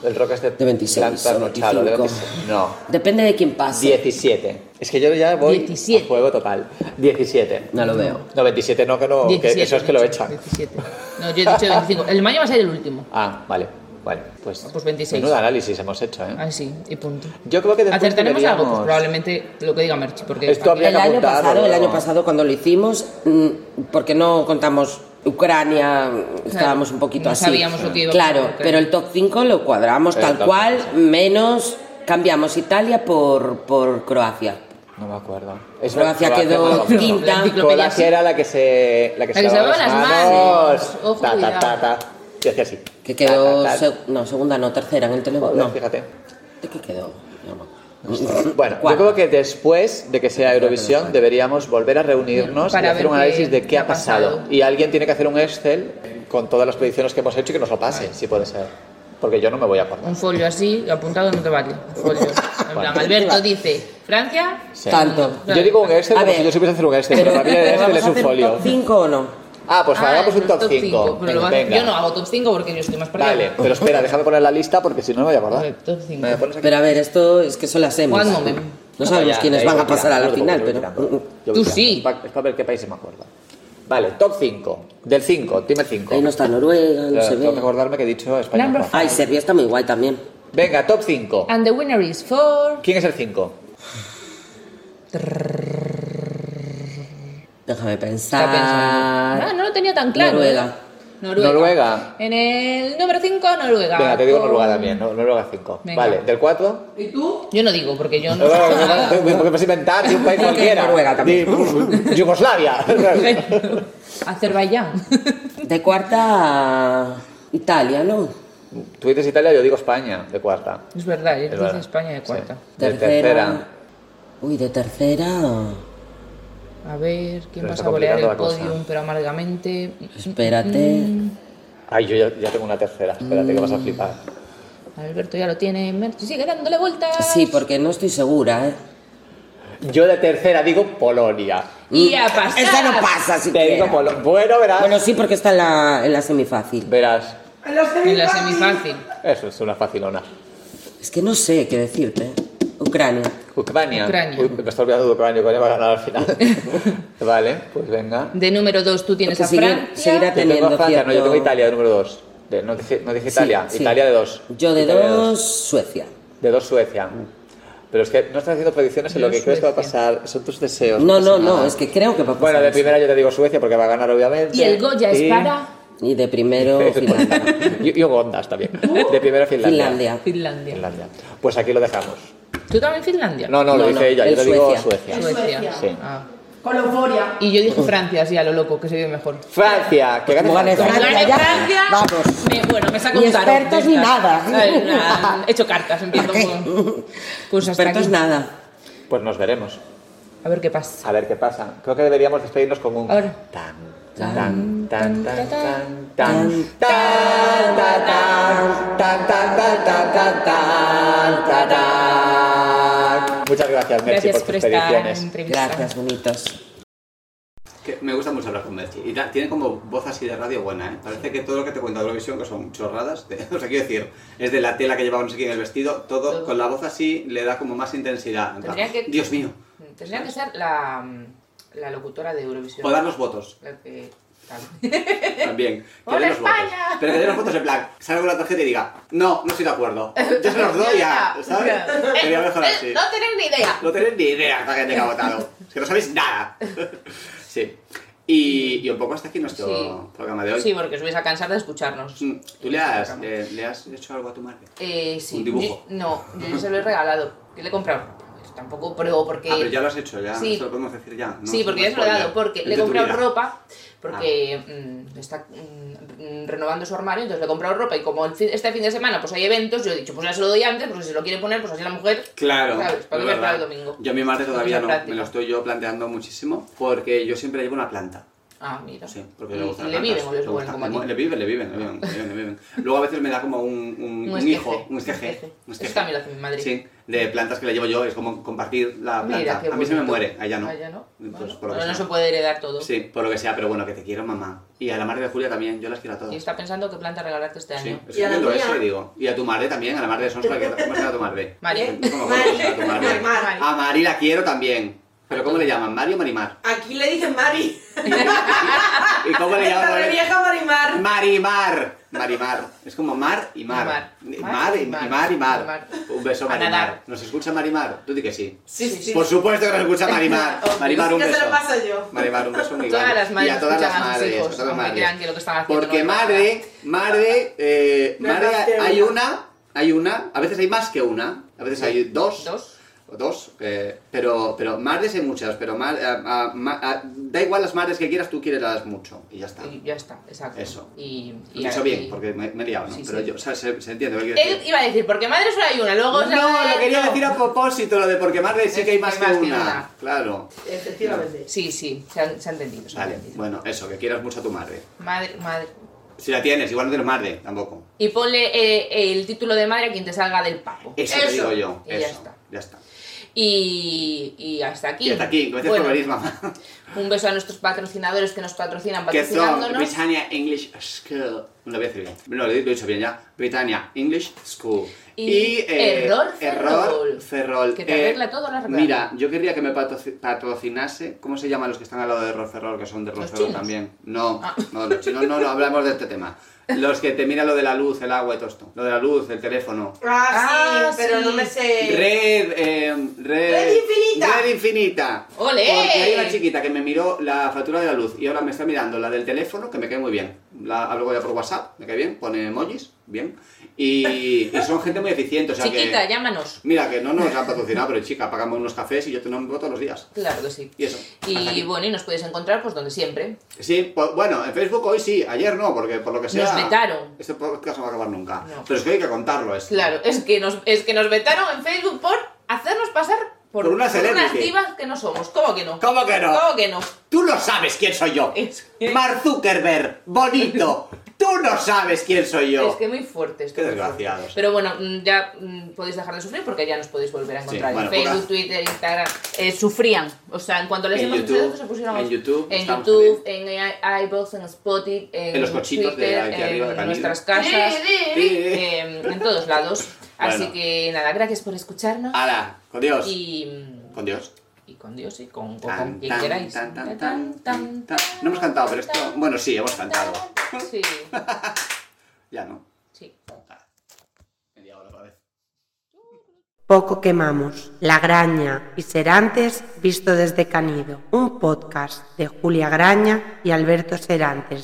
A: El rock este
F: De 26 o
A: trasnochado, de
F: 25.
A: 26. No.
F: Depende de quién pase.
A: 17. Es que yo ya voy
B: 17.
A: a juego total. 17.
F: No lo veo.
A: No, 27 no, que no, que
B: 17,
A: eso es que lo
B: he dicho,
A: echan.
B: 17. No, yo he dicho 25. Alemania va a ser el último.
A: Ah, vale, vale. Pues,
B: Pues 26.
A: Menudo análisis hemos hecho, ¿eh?
B: Así, y punto.
A: Yo creo que después
B: ¿Acertaremos
A: deberíamos-
B: algo? Pues probablemente lo que diga Merchi, porque
A: Esto habría
F: El
A: que
F: año
A: apuntarlo
F: pasado, el
A: luego.
F: año pasado cuando lo hicimos, mm, porque no contamos Ucrania, estábamos un poquito
B: no
F: así.
B: sabíamos lo que iba a
F: Claro,
B: pasar,
F: pero el top 5 lo cuadramos
A: El
F: tal
A: top
F: cual,
A: cinco,
F: menos cambiamos Italia por, por Croacia.
A: No me acuerdo. Es
F: Croacia quedó
A: más o menos.
F: quinta. La
B: enciclopedia sí.
A: Croacia era la que se la que se lavaba las manos.
B: Ojo,
A: ta, ta, ta,
B: cuidado.
A: ta. Y hacía así.
F: Que quedó,
A: Ta, ta, ta.
F: seg- no, segunda, no, tercera en el televoto.
A: Joder,
F: No,
A: fíjate.
F: ¿de qué quedó? No me acuerdo.
A: Bueno, yo
F: Cuarta.
A: creo que después de que sea Eurovisión deberíamos volver a reunirnos
B: Para
A: y hacer
B: ver
A: un análisis
B: qué-
A: de qué ha pasado.
B: pasado.
A: Y alguien tiene que hacer un Excel con todas las predicciones que hemos hecho y que nos lo pasen, si puede ser. Porque yo no me voy a acordar.
B: un folio así, apuntado no te vale. Un folio. En plan, Alberto dice, Francia,
A: Sí.
F: Tanto.
A: Yo digo un Excel
F: A
A: como
F: ver.
A: si yo supiese hacer un Excel, pero para mí el Excel es un folio.
F: 5 o no?
A: Ah, pues
B: Ah,
A: hagamos
B: es
A: un top
B: cinco,
A: 5.
B: pero lo hago-
A: Venga.
B: Yo no hago top 5 porque yo estoy más perdida.
A: Vale, pero espera, déjame poner la lista porque si no no me voy a
B: A
A: acordar.
B: ver, top 5.
A: Me pones aquí.
F: Pero a ver, esto es que son las semis.
B: One moment.
F: No sabemos
A: Ya,
F: quiénes
A: ahí
F: van
A: voy
F: a pasar a la
A: tirando,
F: final,
A: yo voy
F: pero... mm,
A: tirando. Yo voy
B: Tú
A: tirando.
B: sí.
A: Es pa- Es para ver qué países me acuerdo. Vale, top 5. Del 5, dime el 5.
F: Ahí no está Noruega, no se
A: Tengo que
F: ve.
A: acordarme que he dicho España.
B: Number
A: Francia.
F: Ay, Serbia está muy guay también.
A: Venga, top 5.
B: And the winner is for...
A: ¿Quién es el 5?
F: Déjame
B: Está pensando.
F: pensar.
B: Ah, no lo tenía tan claro.
F: Noruega.
B: Noruega.
A: Noruega.
B: En el número 5, Noruega.
A: Venga, te digo
B: Con-
A: Noruega también, no, Noruega 5.
B: Venga.
A: Vale, del 4.
B: Yo no digo porque yo no...
A: Porque vas a inventar de un país
F: Creo que
A: cualquiera.
F: Noruega
A: De- Yugoslavia.
B: Azerbaiyán.
F: De cuarta, Italia, ¿no?
A: Tú dices Italia, yo digo España, de cuarta.
B: es verdad, yo
A: Es
B: dice
A: verdad.
B: España de cuarta.
A: Sí. De tercera.
F: Uy, de tercera...
B: A ver, ¿quién
A: Pero
B: vas
A: está
B: a bolear el
A: complicada la cosa.
B: podium, pero amargamente? Mm,
F: Espérate.
A: Ay, yo ya, ya tengo una tercera. Espérate que vas a flipar.
B: Alberto ya lo tiene, Merchi sigue dándole vueltas.
F: Sí, porque no estoy segura, ¿eh?
A: Yo de tercera digo Polonia.
B: Y a pasar.
F: Mm, Esa no pasa
A: Te
F: siquiera.
A: digo Polonia. Bueno, verás.
F: Bueno, sí, porque está en la, en la semifácil.
A: Verás.
G: En la
B: En la semifácil.
A: Eso es una facilona.
F: Es que no sé qué decirte. Ucrania.
A: Ucrania.
B: Ucrania.
A: Uy, me está olvidando de Ucrania, Ucrania va a ganar al final. vale, pues venga.
B: De número 2 tú tienes
F: Porque
B: a
F: sigue-
B: Francia.
F: seguirá-
A: Yo tengo a
F: teniendo
A: Francia, no, yo
F: cierto-
A: tengo Italia de número 2. no, dije, no dije
F: Sí,
A: Italia,
F: sí.
A: Italia de 2.
F: Yo de dos, Mm. Suecia.
A: De 2 Suecia. Pero es que no estás haciendo predicciones en
B: Yo
A: lo que crees que va a
B: Suecia.
A: pasar, son tus deseos.
F: No,
A: pasa
F: no, no,
A: nada.
F: es que creo que va a pasar.
A: Bueno, de
F: eso.
A: primera yo te digo Suecia porque va a ganar obviamente.
B: Y el Goya
A: Y-
B: es para
F: Y de primero, Finlandia. Uh,
A: y, y Gondas también. De primera Finlandia.
F: Finlandia.
B: Finlandia.
A: Finlandia. Pues aquí lo dejamos.
B: ¿Tú también Finlandia?
A: No, no, lo
F: No,
A: dice
F: no,
A: ella, yo
F: es
A: te digo
F: Suecia.
A: Suecia.
B: Suecia.
A: Sí.
B: Ah.
C: Con la euforia.
B: Y yo dije Francia, sí, a lo loco, que se vive mejor.
A: Francia, que gane
F: Pues Como gane
A: Francia.
F: Francia,
B: Gane
F: ya.
B: Francia.
F: Vamos.
B: Me- bueno, me saco
F: Ni
B: un tarot.
F: expertos ni
B: de estas.
F: nada.
B: Ay, na- He hecho cartas, empiezo con. Pues hasta
F: Expertos
B: aquí.
F: nada.
A: Pues nos veremos.
B: A ver qué pasa.
A: A ver qué pasa. Creo que deberíamos despedirnos con un
B: A ver.
A: tan tan tan tan tan tan
F: tan,
A: tan tan, tan, tan, tan, tan, tan, tan, tan, tan. Muchas gracias, Merchi,
B: Gracias
A: por
B: por
A: tus
B: esta
A: predicciones.
B: entrevista.
F: Gracias, bonitos.
H: Que me gusta mucho hablar con Merchi. Y ta- tiene como voz así de radio buena, ¿eh? Parece que todo lo que te cuenta de Eurovisión, que son chorradas, de- o sea, quiero decir, es de la tela que llevaba no sé quién en el vestido, todo con la voz así le da como más intensidad. En plan,
B: Tendría que-
H: Dios mío.
B: Tendría que ser la, mm, la locutora de Eurovisión.
H: O dar los votos,
B: La que- tal.
H: también. Que
B: ¡Hola,
H: den los votos.
B: España!
H: Pero que den los votos en plan, salga con la tarjeta y diga, no, no estoy de acuerdo. Yo se los doy ya, ¿sabes? Sería mejor así.
B: No tenéis ni idea.
H: No tenéis ni idea hasta que tenga votado. Es que no sabéis nada. Sí. Y, y un poco hasta aquí nuestro
B: Sí.
H: programa de hoy.
B: Sí, porque os vais a cansar de escucharnos.
H: Mm, ¿Tú le has, eh, le has hecho algo a tu madre?
B: Eh, sí.
H: Un dibujo.
B: Yo- no, yo se lo he regalado. ¿Qué le he comprado? Está Tampoco, pero porque...
A: Ah, pero ya lo has hecho, ya.
B: Sí.
A: Esto lo podemos decir ya. No,
B: sí, porque ya se lo he
A: spoiler.
B: dado, porque
A: Es
B: le he
A: de tu
B: comprado
A: vida.
B: ropa, porque
A: Ah.
B: mm, está mm, mm, renovando su armario, entonces le he comprado ropa y como el fin- este fin de semana pues hay eventos, yo he dicho, pues ya se lo doy antes, porque si se lo quiere poner, pues así la mujer...
A: Claro,
B: ¿Sabes? Para
A: es
B: comer para el
A: verdad.
B: domingo.
A: Yo a mi madre
B: Esa
A: todavía
B: es la
A: no,
B: práctica.
A: me lo estoy yo planteando muchísimo, porque yo siempre llevo una planta.
B: Ah, mira.
A: Sí,
B: y,
A: porque
B: y
A: le gustan
B: le
A: las
B: viven
A: plantas,
B: o les
A: le
B: huelen
A: gustan.
B: como a ti.
A: Le viven, le viven, le viven, le viven, le viven. Luego a veces me da como un, un, un
B: esqueje,
A: hijo, un
B: un
A: esqueje.
B: esqueje.
A: un
B: este, Eso
A: esqueje.
B: también lo hace mi madre.
A: Sí, de plantas que le llevo yo, es como compartir la planta.
B: Mira, qué
A: a mí se me
B: bonito.
A: muere, a ella no.
B: A ella Ah, no.
A: Pues,
B: Bueno,
A: por lo que
B: pero no
A: sea.
B: se puede heredar todo.
A: Sí, por lo que sea, pero bueno, que te quiero, mamá. Y a la madre de Julia también, yo las quiero a todas.
B: Y está pensando qué planta regalarte este
A: Sí,
B: año.
A: estoy
C: Y a la
A: viendo
C: mía.
A: eso y digo. Y a tu madre también, a la madre de Sonsola, que ¿cómo se llama tu madre?
B: Mari.
A: ¿Cómo
C: Mari.
A: conoces a tu madre?
C: Mar,
B: Mar.
A: A Mari la quiero también. ¿Pero cómo le llaman? ¿Mari o Marimar?
C: Aquí le dicen Mari.
A: ¿Y cómo le
C: Esta
A: llaman?
C: de vieja Marimar.
A: Marimar. Marimar. Es como mar y mar.
B: Mar.
A: Mar y mar. y mar, y mar.
B: Mar.
A: Un beso,
B: A
A: Marimar.
B: nadar.
A: ¿Nos escucha Marimar? Tú di que sí.
C: Sí, sí, sí.
A: Por supuesto que nos escucha Marimar.
B: Oh,
A: Marimar, un
C: que
A: beso.
C: se lo paso yo.
A: Marimar, un beso muy
B: Todas
A: grande.
B: las madres
A: y a todas las
B: escuchan a sus
A: madres,
B: hijos,
A: a todas las madres.
B: aunque crean que lo que están haciendo
A: Porque
B: no es
A: madre, madre, eh,
C: No es
A: madre,
C: más que
A: hay
C: una.
A: una, hay una, a veces hay más que una, a veces hay dos,
B: Dos.
A: o dos, eh, pero, pero madres hay muchas, pero ma- a- a- ma- a- da igual las madres que quieras, tú quieres las mucho y ya está.
B: Y ya está, exacto.
A: Eso.
B: Y,
A: Lo
B: y
A: he dicho
B: ahí-
A: bien, porque me, me he liado, ¿no?
B: Sí,
A: pero
B: sí.
A: yo, o sea, se, se entiende lo que quiero
B: Él
A: decir.
B: iba a decir, porque madre solo hay una, luego...
A: No, lo quería decir a propósito, lo de porque madre sí
B: Es
A: que hay más que una.
B: una.
A: Claro.
C: Efectivamente.
B: Sí, sí, se han, se han entendido. se han
A: Vale,
B: entendido.
A: bueno, eso, que quieras mucho a tu madre.
B: Madre, madre.
A: Si la tienes, igual no tienes madre, tampoco.
B: Y ponle eh, el título de madre a quien te salga del papo.
A: Eso, te digo yo,
B: Y
A: eso.
B: ya está.
A: Ya está.
B: Y, y hasta aquí.
A: Y hasta aquí, gracias
B: Bueno,
A: por venir, mamá.
B: Un beso a nuestros patrocinadores que nos patrocinan
A: Que son
B: patrocinándonos.
A: Britannia English School. No lo voy a decir bien. No, lo he lo he dicho bien ya. Britannia English School. eh,
B: Y Error Ferrol.
A: Ferrol. eh,
B: Que te arregla todo, lo arregla.
A: Mira, yo querría que me patroci- patrocinase. ¿Cómo se llaman los que están al lado de Error Ferrol? Que son de Error
B: ¿Los
A: Ferrol
B: chinos?
A: también. No,
B: Ah.
A: no, los chinos no, no hablamos de este tema. Los que te miran lo de la luz, el agua y todo esto. Lo de la luz, el teléfono.
C: Ah,
B: Ah,
C: sí, pero
B: sí.
C: no me sé.
A: Red, eh, red,
C: Red infinita.
A: Red infinita.
B: ¡Olé!
A: Porque hay una chiquita que me miró la factura de la luz y ahora me está mirando la del teléfono, que me cae muy bien. La hablo con ella por WhatsApp, me cae bien, pone emojis, bien. Y, y son gente muy eficiente, o sea
B: Chiquita,
A: que...
B: llámanos.
A: Mira, que no nos han patrocinado, pero chica, pagamos unos cafés y yo te nombro todos los días.
B: Claro que sí.
A: Y eso. hasta
B: Y
A: aquí.
B: bueno, y nos podéis encontrar pues donde siempre.
A: Sí, po- bueno, en Facebook hoy sí, ayer no, porque por lo que sea...
B: Nos vetaron.
A: Este podcast no va a acabar nunca.
B: No.
A: Pero es que hay que contarlo esto.
B: Claro, es que nos, es que nos vetaron en Facebook por hacernos pasar por,
A: Por una
B: unas
A: celebrity.
B: divas que no somos. ¿Cómo que no?
A: ¿Cómo que no?
B: ¿Cómo que no?
A: Tú no sabes quién soy yo.
B: Es que-
A: Mark Zuckerberg, bonito. Tú no sabes quién soy yo.
B: Es que muy fuerte esto.
A: Qué
B: muy fuerte.
A: desgraciados.
B: Pero bueno, mm, ya mm, podéis dejar de sufrir porque ya nos podéis volver a encontrar
A: Sí, bueno,
B: en Facebook,
A: ponga-
B: Twitter, Instagram. Eh, sufrían. O sea, en cuanto les
A: En
B: hemos
A: YouTube,
B: enseñado, se pusieron a-
A: en YouTube,
B: en,
A: estamos
B: YouTube, en i- iVoox, en Spotify, en,
A: En los cochitos de
B: Twitter,
A: aquí arriba de
B: en
A: Canido.
B: nuestras casas, em, en todos lados. Así
A: Bueno.
B: que nada, gracias por escucharnos
A: Ala, con Dios.
B: y, mm,
A: Con Dios.
B: y con Dios y con, o con
A: Tan,
B: quien
A: tan,
B: queráis.
A: tan, tan,
B: Tan,
A: tan, tan, tan.
B: tan,
A: No hemos cantado, pero esto.
B: tan,
A: Bueno, sí, hemos cantado.
B: tan. Sí,
A: Ya no.
B: sí.
A: Me he liado otra vez.
D: Poco quemamos, La Graña y Serantes visto desde Canido, un podcast de Julia Graña y Alberto Serantes